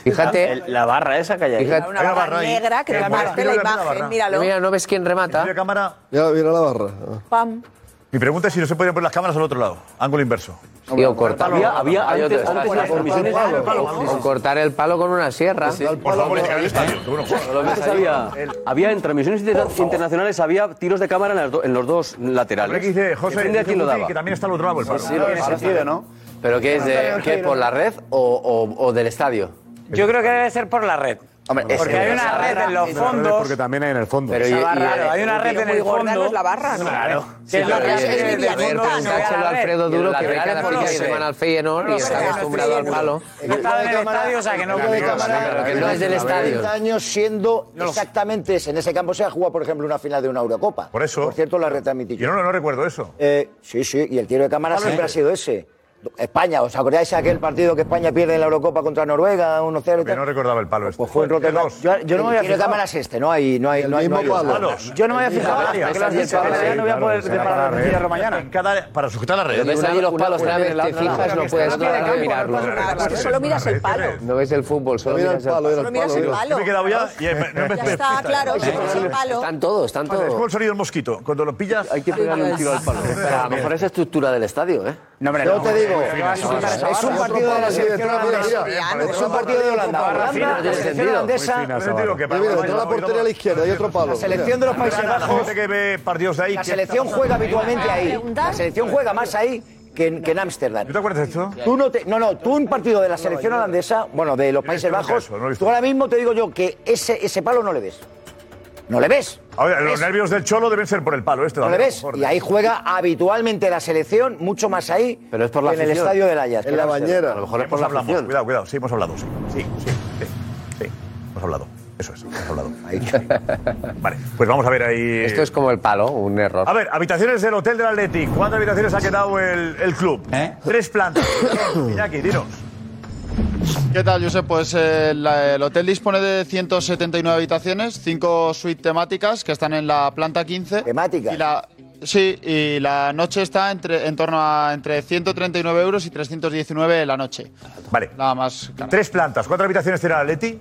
Speaker 8: Fíjate.
Speaker 15: El- la barra esa que hay ahí.
Speaker 8: Fíjate.
Speaker 15: Una barra
Speaker 5: negra que
Speaker 8: Eh,
Speaker 5: la
Speaker 8: bueno,
Speaker 5: marca la
Speaker 8: mira la
Speaker 5: imagen,
Speaker 8: barra.
Speaker 5: míralo.
Speaker 8: Mira, no ves quién remata.
Speaker 3: cámara.
Speaker 13: Mira, mira la barra.
Speaker 5: Pam.
Speaker 3: Mi pregunta es si no se podrían poner las cámaras al otro lado, ángulo inverso.
Speaker 8: Sí, o cortar.
Speaker 3: Había- había
Speaker 8: Hay
Speaker 3: antes-
Speaker 8: otro-
Speaker 3: antes las comisiones-
Speaker 8: O- o cortar el palo con una sierra.
Speaker 3: Por favor, llegar al estadio.
Speaker 12: pues, Antes había, había en transmisiones interna- internacionales había tiros de cámara en, las do- en los dos laterales.
Speaker 3: Habrá que dice José
Speaker 12: Depende a quién lo
Speaker 3: Guti,
Speaker 12: daba.
Speaker 3: que también está al otro lado el palo.
Speaker 12: Sí, sí, lo que pasa.
Speaker 8: ¿Pero qué es? De,
Speaker 12: Antonio
Speaker 8: ¿Qué
Speaker 12: Giro.
Speaker 8: por la red o, o- o del estadio?
Speaker 19: Yo creo que debe ser por la red.
Speaker 16: Eh,
Speaker 8: es
Speaker 19: porque
Speaker 8: que
Speaker 19: hay
Speaker 8: esa
Speaker 19: una red en los fondos.
Speaker 16: Porque también hay en el fondo.
Speaker 8: Pero y- y-
Speaker 19: Claro, hay una red en el fondo. Claro. Que es la red que desde el fondo se ve a
Speaker 8: Pregúntaselo
Speaker 19: la
Speaker 8: a
Speaker 19: red.
Speaker 8: Alfredo
Speaker 19: Y el
Speaker 8: Duro que ve
Speaker 19: lateral
Speaker 8: cada
Speaker 19: no lo
Speaker 8: fin de
Speaker 19: sé.
Speaker 8: semana al Feyenoord y está acostumbrado al palo.
Speaker 19: No estaba en el estadio, o sea que no
Speaker 15: Yo de
Speaker 19: puedo
Speaker 15: cámara,
Speaker 8: No es del estadio.
Speaker 15: 30 años siendo exactamente ese. En ese campo se ha jugado, por ejemplo, una final de una Eurocopa. Por eso. Por cierto, la retransmití. Yo
Speaker 3: no, recuerdo eso.
Speaker 15: sí, sí, y el tiro de cámara
Speaker 3: Ah,
Speaker 15: siempre
Speaker 3: sí.
Speaker 15: ha sido ese. España, ¿os acordáis de aquel partido que España pierde en la Eurocopa contra Noruega 1-0 y
Speaker 3: Yo no
Speaker 15: tal?
Speaker 3: recordaba el palo. Pues
Speaker 15: fue en Rotterdam. Yo, yo no me
Speaker 3: El tiro
Speaker 15: había
Speaker 3: de
Speaker 15: fijado.
Speaker 3: cámara
Speaker 15: cámaras este, no hay, no hay, no hay,
Speaker 3: mismo
Speaker 15: no hay
Speaker 3: palo.
Speaker 15: otra.
Speaker 3: Palos.
Speaker 15: Yo no me había fijado.
Speaker 3: Cada área,
Speaker 15: Es que
Speaker 3: cada
Speaker 15: las diez
Speaker 3: área,
Speaker 15: cámaras ya no voy a
Speaker 3: claro,
Speaker 15: poder
Speaker 3: será
Speaker 15: preparar
Speaker 3: para
Speaker 15: la
Speaker 3: red.
Speaker 15: tortilla mañana.
Speaker 3: En cada- Para sujetar la red.
Speaker 8: Pero ves allí los palos, una vez te fijas no puedes no mirarlo.
Speaker 5: Solo miras el palo.
Speaker 8: No ves el fútbol, solo
Speaker 5: Mira el
Speaker 8: miras el
Speaker 5: palo,
Speaker 8: palo.
Speaker 5: mira el Solo miras palo. el palo.
Speaker 3: Me he quedado ya y me- no me
Speaker 5: Ya está, claro, solo miras el palo.
Speaker 8: Están todos, están
Speaker 3: Es como
Speaker 8: todos.
Speaker 3: el sonido del mosquito. Cuando lo pillas. Hay
Speaker 8: que pegarle un tiro al palo.
Speaker 14: Pero a lo mejor es estructura del estadio, ¿eh?
Speaker 15: No,
Speaker 14: hombre,
Speaker 15: Yo
Speaker 14: no.
Speaker 15: te digo,
Speaker 14: Pero
Speaker 15: es un
Speaker 14: no, no, no.
Speaker 15: partido de la selección holandesa. Es un partido de Holanda. Holanda, la selección holandesa.
Speaker 13: Está la portería a la izquierda y otro palo.
Speaker 15: La selección de los Países
Speaker 3: La
Speaker 15: Bajos.
Speaker 3: gente que ve partidos de ahí.
Speaker 15: La
Speaker 3: que-
Speaker 15: selección juega habitualmente ahí. La selección juega más ahí que en, que en Ámsterdam.
Speaker 3: ¿Te acuerdas de esto?
Speaker 15: Tú no, te- no, no, tú un partido de la selección holandesa, bueno, de los Países
Speaker 3: nunca
Speaker 15: Bajos,
Speaker 3: eso, no lo he visto.
Speaker 15: tú ahora mismo te digo yo que ese, ese palo no le ves. No le ves.
Speaker 3: Ahora, los nervios del cholo deben ser por el palo este.
Speaker 15: No le
Speaker 3: también, a
Speaker 15: ves.
Speaker 3: lo mejor.
Speaker 15: Y ahí juega habitualmente la selección, mucho más ahí
Speaker 3: Pero es por
Speaker 15: que
Speaker 3: la
Speaker 15: en el
Speaker 3: afición.
Speaker 15: estadio del Ajax.
Speaker 3: En
Speaker 15: que
Speaker 3: la
Speaker 15: Ámsterdam.
Speaker 3: bañera. A lo mejor es por la Hemos hablado, afición. Cuidado, cuidado, sí, hemos hablado, sí. Sí, sí, sí. Sí, hemos hablado. Eso es, hemos hablado. Ahí. Vale, pues vamos a ver ahí.
Speaker 8: Esto es como el palo, un error.
Speaker 3: A ver, habitaciones del Hotel del Atleti. ¿Cuántas habitaciones ha quedado el, el club? Tres plantas. Iñaki, dinos.
Speaker 20: ¿Qué tal, Josep? Pues eh, la- el hotel dispone de 179 habitaciones, 5 suites temáticas que están en la planta 15. ¿Temáticas? sí, y la noche está entre, en torno a entre 139 euros y 319 la noche.
Speaker 3: Vale.
Speaker 20: Nada más. cara.
Speaker 3: Tres plantas. ¿Cuántas habitaciones tiene el Atleti?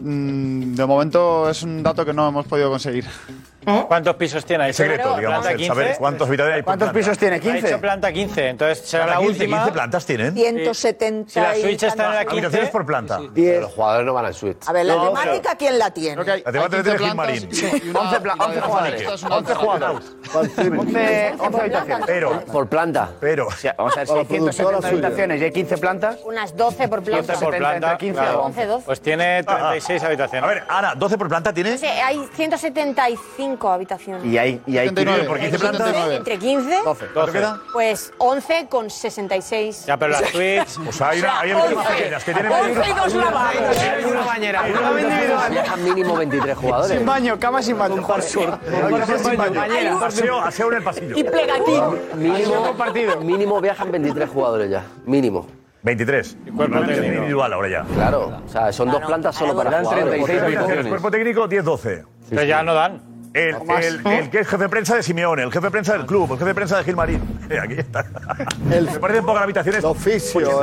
Speaker 20: Mm, de momento es un dato que no hemos podido conseguir.
Speaker 11: ¿Cuántos pisos tiene ahí?
Speaker 20: Es secreto,
Speaker 11: Claro,
Speaker 20: digamos,
Speaker 11: planta
Speaker 20: el saber
Speaker 11: 15.
Speaker 3: cuántos habitaciones hay por ¿Cuántos planta. pisos tiene?
Speaker 11: Ha
Speaker 3: 15.
Speaker 11: dicho planta 15, entonces será
Speaker 3: Planta
Speaker 11: la
Speaker 3: 15,
Speaker 11: última.
Speaker 3: 15 plantas tienen.
Speaker 5: 170
Speaker 11: Si la Switch está en la 15.
Speaker 3: Habitaciones por planta.
Speaker 15: Pero
Speaker 8: los jugadores no van al suite.
Speaker 5: A ver, la
Speaker 3: No,
Speaker 5: temática, ¿quién la tiene?
Speaker 3: La temática tiene Gilmarín.
Speaker 15: Once pla- once jugadores. Once jugadores. Once- once habitaciones.
Speaker 3: Pero.
Speaker 14: Por planta.
Speaker 3: Pero.
Speaker 15: Vamos a ver, 670 habitaciones y hay 15 plantas.
Speaker 5: Unas 12 por planta.
Speaker 15: 170
Speaker 11: por planta,
Speaker 15: 15
Speaker 11: claro.
Speaker 15: o
Speaker 5: 11, 12.
Speaker 11: Pues tiene 36 habitaciones.
Speaker 3: A ver, Ana, 12 por planta tiene.
Speaker 5: No sé, hay 175 habitaciones.
Speaker 3: hay, y hay
Speaker 11: 79,
Speaker 3: por 15
Speaker 11: hay
Speaker 3: plantas.
Speaker 11: 79.
Speaker 5: Entre 15,
Speaker 3: 12. ¿Cuánto queda?
Speaker 5: pues 11 con 66.
Speaker 11: Ya, pero las suites.
Speaker 3: O sea, hay, una- hay habitaciones más pequeñas que tienen.
Speaker 5: Once y dos lavados.
Speaker 3: Una
Speaker 19: bañera.
Speaker 14: Mínimo 23 jugadores.
Speaker 15: Sin baño, cama sin baño.
Speaker 3: Bañera. Aseo, aseo en el pasillo.
Speaker 5: Y plegatín.
Speaker 14: Mínimo, mínimo viajan 23 jugadores ya. Mínimo.
Speaker 3: 23. individual ahora ya.
Speaker 14: Claro. O sea, son dos plantas solo para
Speaker 3: Dan
Speaker 14: jugadores.
Speaker 3: El cuerpo técnico, 10-12.
Speaker 11: Pero ya no dan.
Speaker 3: El,
Speaker 11: más.
Speaker 3: el- el que es jefe de prensa de Simeone, el jefe de prensa del club, el jefe de prensa de Gilmarín. Eh, aquí está. Me parecen pocas habitaciones. oficio,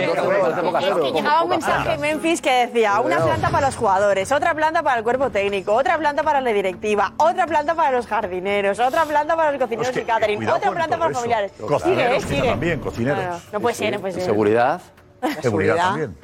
Speaker 5: Es que llegaba un mensaje en Memphis que decía una planta para los jugadores, otra planta para el cuerpo técnico, otra planta para la directiva, otra planta para los jardineros, otra planta para los cocineros y catering, otra planta para los familiares. Sigue,
Speaker 3: Cocineros,
Speaker 5: sigue.
Speaker 3: también,
Speaker 5: No, no,
Speaker 3: cocineros.
Speaker 5: no puede ser, no puede ser.
Speaker 14: Seguridad.
Speaker 3: Seguridad
Speaker 5: Seguridad.
Speaker 3: también.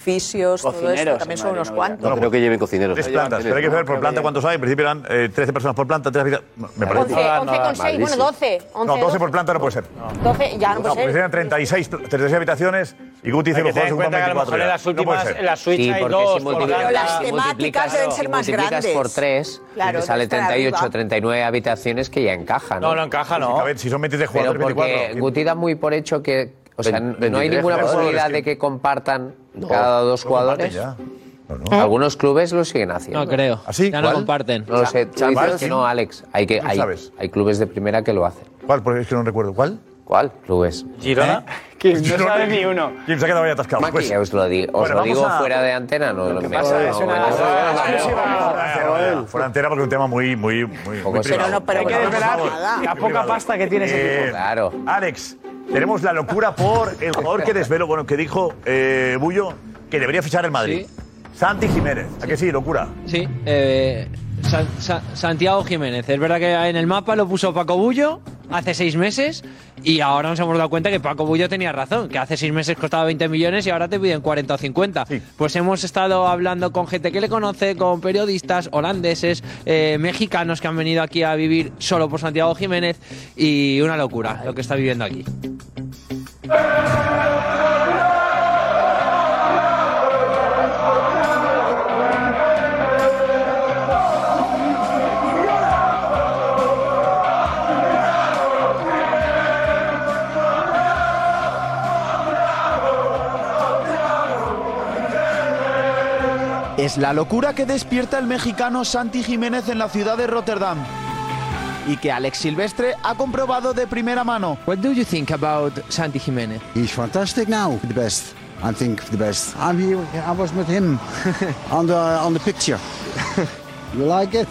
Speaker 22: fisios, todo eso,
Speaker 23: Cocineros,
Speaker 22: también
Speaker 23: en
Speaker 22: son
Speaker 23: Madrid
Speaker 22: unos
Speaker 23: no
Speaker 22: cuantos.
Speaker 23: No,
Speaker 14: creo que lleven cocineros.
Speaker 3: Tres plantas, pero hay que saber por planta cuántos hay. En principio eran eh, 13 personas por planta, tres habitantes. Me parece.
Speaker 5: 11, 11 con 6, bueno, 12. 11,
Speaker 3: No, 12 por planta no puede ser.
Speaker 5: 12, ya no
Speaker 3: No, pues
Speaker 5: puede
Speaker 3: porque
Speaker 5: ser.
Speaker 3: serían 36, pl- 36 habitaciones y Guti dice
Speaker 11: Hay
Speaker 3: que
Speaker 11: que tener
Speaker 3: los juegos se
Speaker 11: en
Speaker 3: ocupan
Speaker 11: cuenta que a lo
Speaker 3: 24
Speaker 11: mejor en
Speaker 3: ya.
Speaker 11: las últimas,
Speaker 3: no puede ser.
Speaker 11: en la Switch
Speaker 8: Sí,
Speaker 11: hay
Speaker 8: porque
Speaker 11: dos.
Speaker 8: si multiplicas,
Speaker 11: por cada-
Speaker 8: si multiplicas-
Speaker 22: deben ser
Speaker 8: si
Speaker 22: más
Speaker 8: multiplicas
Speaker 22: grandes.
Speaker 8: por 3,
Speaker 22: Claro,
Speaker 8: te sale
Speaker 22: debe estar arriba.
Speaker 8: 38, 39 habitaciones que ya encaja, ¿no?
Speaker 3: No, no encaja, no. Si caben- si son 23
Speaker 8: Pero
Speaker 3: jugadores,
Speaker 8: porque
Speaker 3: 24.
Speaker 8: Guti da muy por hecho que... O sea, no hay
Speaker 3: 23
Speaker 8: ninguna
Speaker 3: jugadores,
Speaker 8: posibilidad
Speaker 3: sí.
Speaker 8: de que compartan cada dos
Speaker 3: no comparten
Speaker 8: jugadores. Algunos clubes lo siguen haciendo.
Speaker 4: ¿Eh? No creo.
Speaker 3: ¿Así?
Speaker 4: Ya no
Speaker 8: ¿Cuál?
Speaker 4: comparten.
Speaker 8: No lo sé. Tú
Speaker 4: Champions.
Speaker 8: dices que no, Alex. Hay, que,
Speaker 3: ¿Tú
Speaker 8: hay,
Speaker 3: sabes?
Speaker 8: hay clubes de primera que lo hacen.
Speaker 3: ¿Cuál? Porque es que no recuerdo. ¿Cuál?
Speaker 8: ¿Cuál? Clubes. ¿Eh?
Speaker 11: Girona.
Speaker 3: Kim, no sabe ni uno. Kim se ha quedado ahí atascado.
Speaker 8: Maki,
Speaker 3: Pues-
Speaker 8: os lo digo, os
Speaker 3: Bueno,
Speaker 8: lo
Speaker 3: vamos
Speaker 8: digo
Speaker 3: a-
Speaker 8: fuera de antena. No, no me-
Speaker 3: pasa?
Speaker 8: no,
Speaker 3: Es una-
Speaker 8: no, no, no, no.
Speaker 3: Fuera entera porque es un tema muy, muy, muy, muy privado.
Speaker 19: Hay que desvelar la poca pasta que tiene ese
Speaker 3: Eh,
Speaker 19: equipo.
Speaker 3: Alex, tenemos la locura por el jugador que desvelo, bueno, que dijo eh, Bullo que debería fichar el Madrid. Santi Jiménez. ¿A que sí? Locura.
Speaker 4: Sí, eh, San- San- Santiago Jiménez. Es verdad que en el mapa lo puso Paco Bullo hace seis meses y ahora nos hemos dado cuenta que Paco Bullo tenía razón, que hace seis meses costaba 20 millones y ahora te piden 40 o 50. Pues hemos estado hablando con gente que le conoce, con periodistas holandeses, eh, mexicanos que han venido aquí a vivir solo por Santiago Jiménez y una locura lo que está viviendo aquí.
Speaker 18: Es la locura que despierta el mexicano Santi Jiménez en la ciudad de Rotterdam y que Alex Silvestre ha comprobado de primera mano.
Speaker 4: What do you think about Santi Jiménez?
Speaker 24: He's fantastic now, the best. I think the best. I'm here, I was with him on the on the picture. You like it?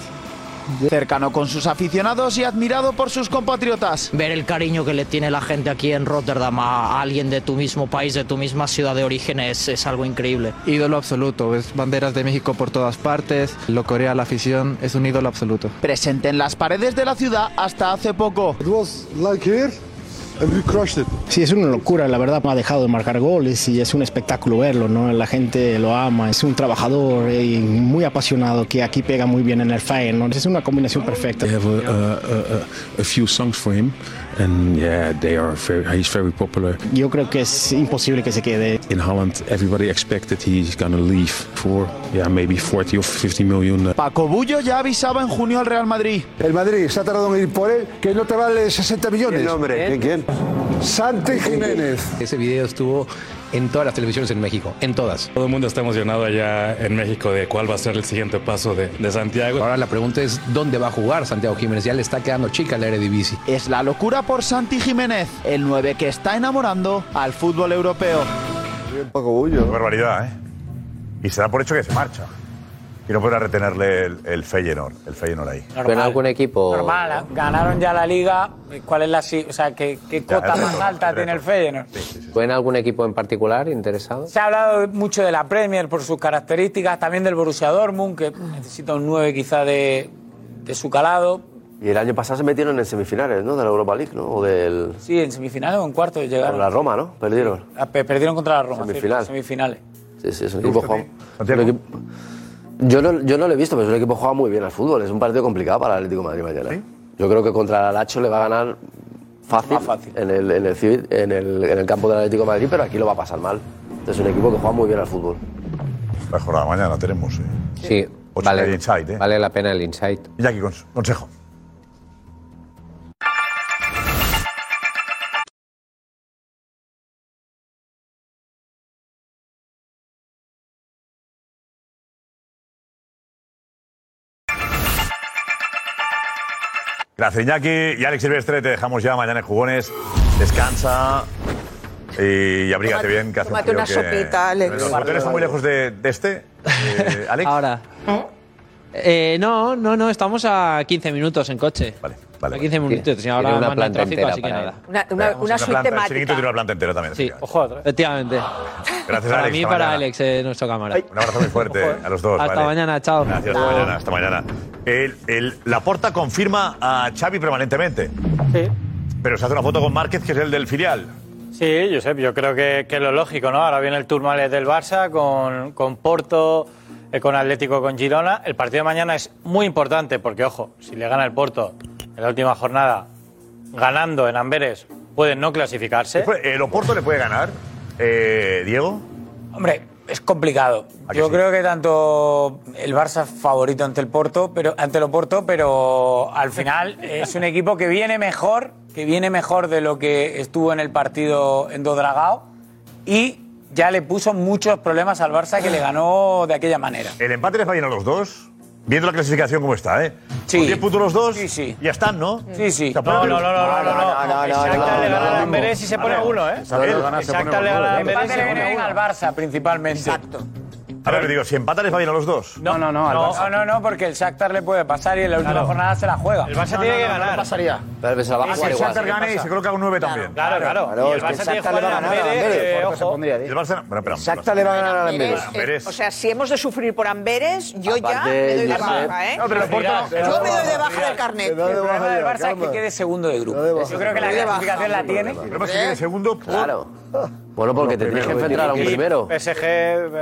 Speaker 18: Cercano con sus aficionados y admirado por sus compatriotas.
Speaker 25: Ver el cariño que le tiene la gente aquí en Rotterdam a alguien de tu mismo país, de tu misma ciudad de origen, es, es algo increíble.
Speaker 16: Ídolo absoluto, ves banderas de México por todas partes, lo corea la afición, es un ídolo absoluto.
Speaker 18: Presente en las paredes de la ciudad hasta hace poco.
Speaker 10: Sí, es una locura, la verdad, ha dejado de marcar goles y es un espectáculo verlo, ¿no? La gente lo ama, es un trabajador y muy apasionado que aquí pega muy bien en el Feyenoord, es una combinación perfecta.
Speaker 26: They have a, a, a, a few songs for him, and yeah, they are very. He's very popular
Speaker 10: Yo creo que es imposible que se quede.
Speaker 26: in Holland. Everybody expected he's gonna leave for yeah maybe 40 or 50 million. Uh,
Speaker 18: Paco Bullo ya avisaba en junio al Real Madrid.
Speaker 24: El Madrid se ha tardado en ir por él, que no te vale 60 millones.
Speaker 16: ¿Quién, hombre?
Speaker 24: ¿Quién? Santi Jiménez.
Speaker 16: Ese video estuvo en todas las televisiones en México, en todas.
Speaker 27: Todo el mundo está emocionado allá en México de cuál va a ser el siguiente paso de, de Santiago.
Speaker 16: Ahora la pregunta es dónde va a jugar Santiago Jiménez. Ya le está quedando chica la Eredivisie.
Speaker 18: Es la locura por Santi Jiménez, el 9 que está enamorando al fútbol europeo.
Speaker 3: Paco Bullo. Qué barbaridad, ¿eh? Y se da por hecho que se marcha. Y no podrá retenerle el, el Feyenoord, el Feyenoord ahí.
Speaker 8: Pero en algún equipo...
Speaker 19: Normal, ¿eh? ganaron ya la liga. ¿Cuál es la si- o sea, qué, qué cota
Speaker 8: es
Speaker 19: más
Speaker 8: reto,
Speaker 19: alta tiene el Feyenoord?
Speaker 8: ¿Fue en algún equipo en particular interesado?
Speaker 19: Se ha hablado mucho de la Premier por sus características, también del Borussia Dortmund, que necesita un 9 quizá de, de su calado.
Speaker 14: Y el año pasado se metieron en semifinales, ¿no? De la Europa League, ¿no? O del.
Speaker 19: Sí, en semifinales o en cuartos
Speaker 14: Con
Speaker 19: llegaron.
Speaker 14: la Roma, ¿no? Perdieron.
Speaker 19: Ah, pe- Perdieron contra la Roma. cierto,
Speaker 14: Semifinal.
Speaker 19: Semifinales.
Speaker 14: Sí, sí, es un equipo jugado. un equipo- Yo no, yo no lo he visto, pero es un equipo que juega muy bien al fútbol. Es un partido complicado para el Atlético de Madrid mañana. ¿eh? Yo creo que contra el Alacho le va a ganar fácil, En, el, en, el, Civit- en, el, en el campo del Atlético de Madrid, pero aquí lo va a pasar mal. Es un equipo que juega muy bien al fútbol.
Speaker 3: La jornada mañana tenemos. Sí.
Speaker 8: Sí, vale, vale la pena el insight.
Speaker 3: Y aquí consejo. Gracias, Iñaki y Alex Silvestre. Te dejamos ya mañana en jugones. Descansa y abrígate bien. Que hace un
Speaker 22: tómate
Speaker 3: frío
Speaker 22: una
Speaker 3: que-
Speaker 22: sopita, Alex.
Speaker 3: ¿Los hoteles están muy lejos de, de este? eh, Alex.
Speaker 4: Ahora. Eh, no, no, no, estamos a 15 minutos en coche. Vale,
Speaker 3: vale.
Speaker 4: A 15 minutos y ahora
Speaker 3: Tiene una
Speaker 4: manda el
Speaker 3: planta
Speaker 4: tráfico,
Speaker 3: entera
Speaker 4: así que
Speaker 3: para
Speaker 4: nada.
Speaker 22: Una, una,
Speaker 3: Tenemos
Speaker 22: una
Speaker 3: planta,
Speaker 22: suite
Speaker 3: El chiringuito tiene
Speaker 22: temática.
Speaker 3: una planta entera también.
Speaker 4: Sí,
Speaker 19: ojo,
Speaker 4: efectivamente.
Speaker 3: Gracias,
Speaker 4: Para
Speaker 3: Alex,
Speaker 4: mí y
Speaker 3: hasta
Speaker 4: para
Speaker 3: mañana.
Speaker 4: Alex, eh, nuestro cámara.
Speaker 3: Un abrazo muy fuerte a los dos.
Speaker 4: Hasta
Speaker 3: vale.
Speaker 4: mañana, chao.
Speaker 3: Gracias, hasta mañana. Hasta mañana. El, el- la Porta confirma a Xavi permanentemente. Sí. Pero se hace una foto con Márquez, que es el del filial.
Speaker 11: Sí, Josep, yo creo que, que es lo lógico, ¿no? Ahora viene el turno del Barça con, con Porto, eh, con Atlético, con Girona. El partido de mañana es muy importante porque, ojo, si le gana el Porto en la última jornada, ganando en Amberes, puede no clasificarse.
Speaker 3: ¿El Oporto le puede ganar, eh, Diego?
Speaker 19: Hombre, es complicado. Yo creo que tanto el Barça es favorito ante el Porto, pero ante el Oporto, pero al final es un equipo que viene mejor, que viene mejor de lo que estuvo en el partido en Dodragao y ya le puso muchos problemas al Barça que le ganó de aquella manera.
Speaker 3: ¿El empate les va bien a los dos? Viendo la clasificación como está, ¿eh? Sí. 10 puntos los dos. Sí, sí. Ya están, ¿no?
Speaker 19: Sí, sí.
Speaker 3: No, no,
Speaker 11: no, no, no, no, no. Exacta le gana a Amberes y se pone
Speaker 3: A
Speaker 11: a
Speaker 3: ver,
Speaker 11: uno, ¿eh?
Speaker 3: Exacta le gana, se
Speaker 11: Exacta
Speaker 3: pone ¿eh?
Speaker 11: le
Speaker 3: uno.
Speaker 11: gana a
Speaker 3: El
Speaker 11: Amberes y
Speaker 3: empate
Speaker 11: se
Speaker 3: le
Speaker 11: pone
Speaker 3: viene
Speaker 11: uno.
Speaker 19: al Barça principalmente.
Speaker 11: Exacto.
Speaker 3: A ver, digo, si empatan les va bien a los dos.
Speaker 19: No, no, no. No, no, no, porque el Shakhtar le puede pasar y en la última
Speaker 3: Claro.
Speaker 19: jornada se la juega.
Speaker 3: El Barça No, tiene no, que no, no ganar. pasaría.
Speaker 8: Pero se la va a
Speaker 3: Ah, si
Speaker 8: jugar
Speaker 3: el
Speaker 8: igual.
Speaker 3: Shakhtar gana y se coloca con 9 también.
Speaker 8: Claro, claro.
Speaker 3: Y el
Speaker 8: es que
Speaker 3: Barça tiene que
Speaker 8: Shakhtar
Speaker 3: jugar
Speaker 8: le va
Speaker 3: a
Speaker 8: a ganar a
Speaker 3: Amberes.
Speaker 8: Amberes,
Speaker 3: eh,
Speaker 8: por
Speaker 3: ojo. Y El Barça... Bueno, espera,
Speaker 18: Shakhtar le va a ganar a Amberes.
Speaker 3: Amberes.
Speaker 5: Eh, O sea, si hemos de sufrir por Amberes, yo ya
Speaker 3: Aparte,
Speaker 5: me doy de
Speaker 3: Josep.
Speaker 5: baja, ¿eh?
Speaker 3: No, pero el Porto-
Speaker 5: yo me doy de baja del carnet.
Speaker 19: El problema del Barça es que quede segundo de grupo. Yo creo que la
Speaker 5: Le doy de baja.
Speaker 19: clasificación la tiene.
Speaker 3: El problema es que viene segundo. pues,
Speaker 8: Claro. Bueno, porque te tienes que enfrentar a un
Speaker 3: Y
Speaker 8: primero.
Speaker 11: PSG.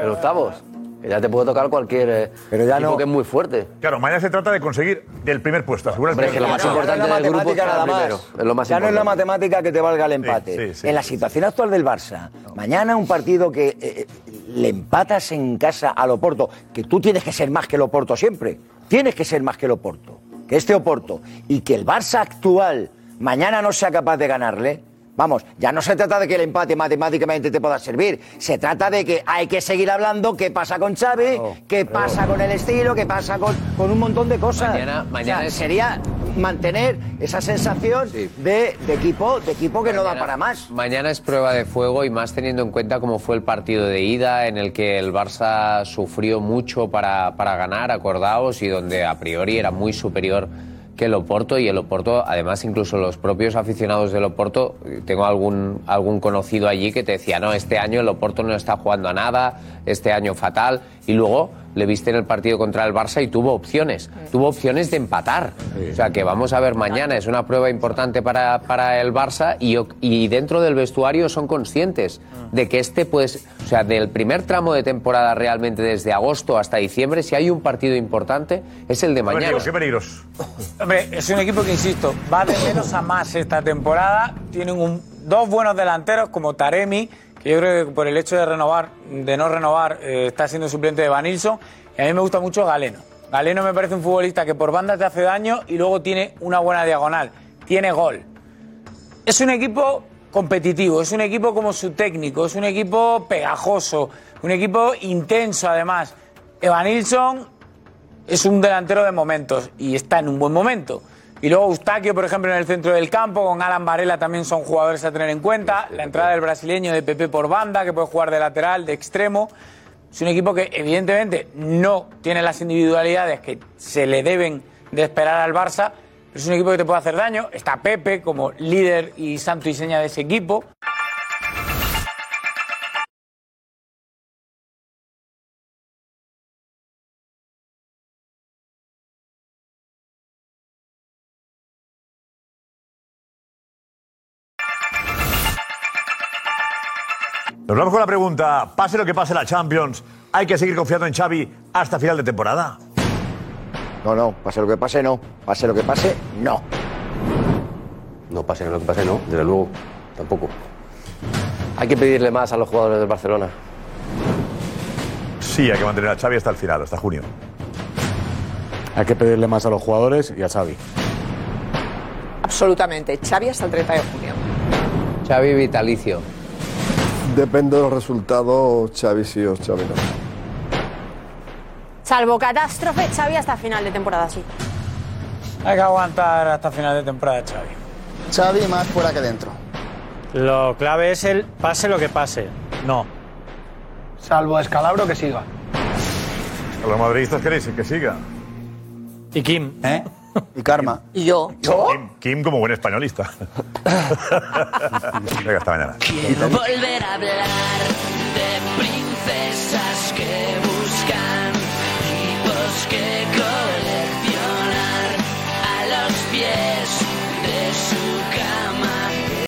Speaker 8: En octavos. Que ya te puede tocar cualquier eh, equipo que es muy fuerte.
Speaker 3: Claro, mañana se trata de conseguir del primer puesto. asegurar
Speaker 8: Hombre,
Speaker 3: el
Speaker 8: es que lo
Speaker 3: primer
Speaker 8: más
Speaker 3: puesto.
Speaker 8: importante
Speaker 3: No, no, no,
Speaker 8: del grupo es
Speaker 3: matemática
Speaker 8: quedar
Speaker 3: nada más.
Speaker 8: primero. Es lo más
Speaker 15: ya no es
Speaker 8: importante.
Speaker 15: la matemática que te valga el empate.
Speaker 8: Sí, sí, sí.
Speaker 15: en la situación actual del Barça, mañana un partido que eh, eh, le empatas en casa al Oporto, que tú tienes que ser más que el Oporto siempre. Tienes que ser más que el Oporto, que este Oporto. Y que el Barça actual mañana no sea capaz de ganarle. Vamos, ya no se trata de que el empate matemáticamente te pueda servir. Se trata de que hay que seguir hablando qué pasa con Xavi, qué pasa con el estilo, qué pasa con, con un montón de cosas.
Speaker 8: Mañana-
Speaker 15: O sea,
Speaker 8: mañana es-
Speaker 15: sería mantener esa sensación de, de equipo de equipo que no da para más.
Speaker 8: Mañana es prueba de fuego y más teniendo en cuenta cómo fue el partido de ida en el que el Barça sufrió mucho para, para ganar, acordaos, y donde a priori era muy superior que el Oporto y el Oporto, además incluso los propios aficionados del Oporto, eh, tengo algún, algún conocido allí que te decía, no, este año el Oporto no está jugando a nada, este año fatal, y luego le viste en el partido contra el Barça y tuvo opciones, tuvo opciones de empatar. O sea que vamos a ver mañana, es una prueba importante para, para el Barça y, o- y dentro del vestuario son conscientes
Speaker 5: Ah.
Speaker 8: de que este, pues, o sea, del primer tramo de temporada realmente desde agosto hasta diciembre, si hay un partido importante, es el de
Speaker 3: A ver,
Speaker 8: mañana.
Speaker 3: Diego, qué peligros.
Speaker 19: Hombre, es un equipo que, insisto, va de menos a más esta temporada. Tienen un- dos buenos delanteros como Taremi, que yo creo que por el hecho de renovar, de no renovar, eh, está siendo suplente de Vanilson. Y a mí me gusta mucho Galeno. Galeno me parece un futbolista que por banda te hace daño y luego tiene una buena diagonal. Tiene gol. Es un equipo competitivo, es un equipo como su técnico, es un equipo pegajoso, un equipo intenso además. Evanilson es un delantero de momentos y está en un buen momento. Y luego Eustaquio, por ejemplo, en el centro del campo, con Alan Varela también son jugadores a tener en cuenta. La entrada del brasileño de Pepe por banda, que puede jugar de lateral, de extremo. Es un equipo que evidentemente no tiene las individualidades que se le deben de esperar al Barça. pero Es un equipo que te puede hacer daño. Está Pepe como líder y santo y seña de ese equipo.
Speaker 3: Nos vamos con la pregunta, pase lo que pase la Champions, ¿hay que seguir confiando en Xavi hasta final de temporada?
Speaker 15: No, no, pase lo que pase, no. Pase lo que pase, no.
Speaker 8: No pase lo que pase, no, desde luego, tampoco. Hay que pedirle más a los jugadores del Barcelona.
Speaker 3: Sí, hay que mantener a Xavi hasta el final, hasta junio.
Speaker 16: Hay que pedirle más a los jugadores y a Xavi.
Speaker 5: Absolutamente. Xavi hasta el 30 de junio.
Speaker 8: Xavi Vitalicio.
Speaker 13: Depende de los resultados, Xavi sí o Xavi no.
Speaker 28: Salvo catástrofe, Xavi hasta final de temporada, sí.
Speaker 19: Hay que aguantar hasta final de temporada, Xavi.
Speaker 18: Xavi más fuera que dentro.
Speaker 11: Lo clave es el pase lo que pase. No.
Speaker 13: Salvo Escalabro que siga.
Speaker 3: A los madridistas queréis que siga.
Speaker 11: Y Kim.
Speaker 3: ¿Eh?
Speaker 18: Y Karma.
Speaker 5: ¿Y yo?
Speaker 3: Kim, Kim como buen españolista. Venga, hasta mañana.
Speaker 6: Quiero volver a hablar de princesas que buscan tipos que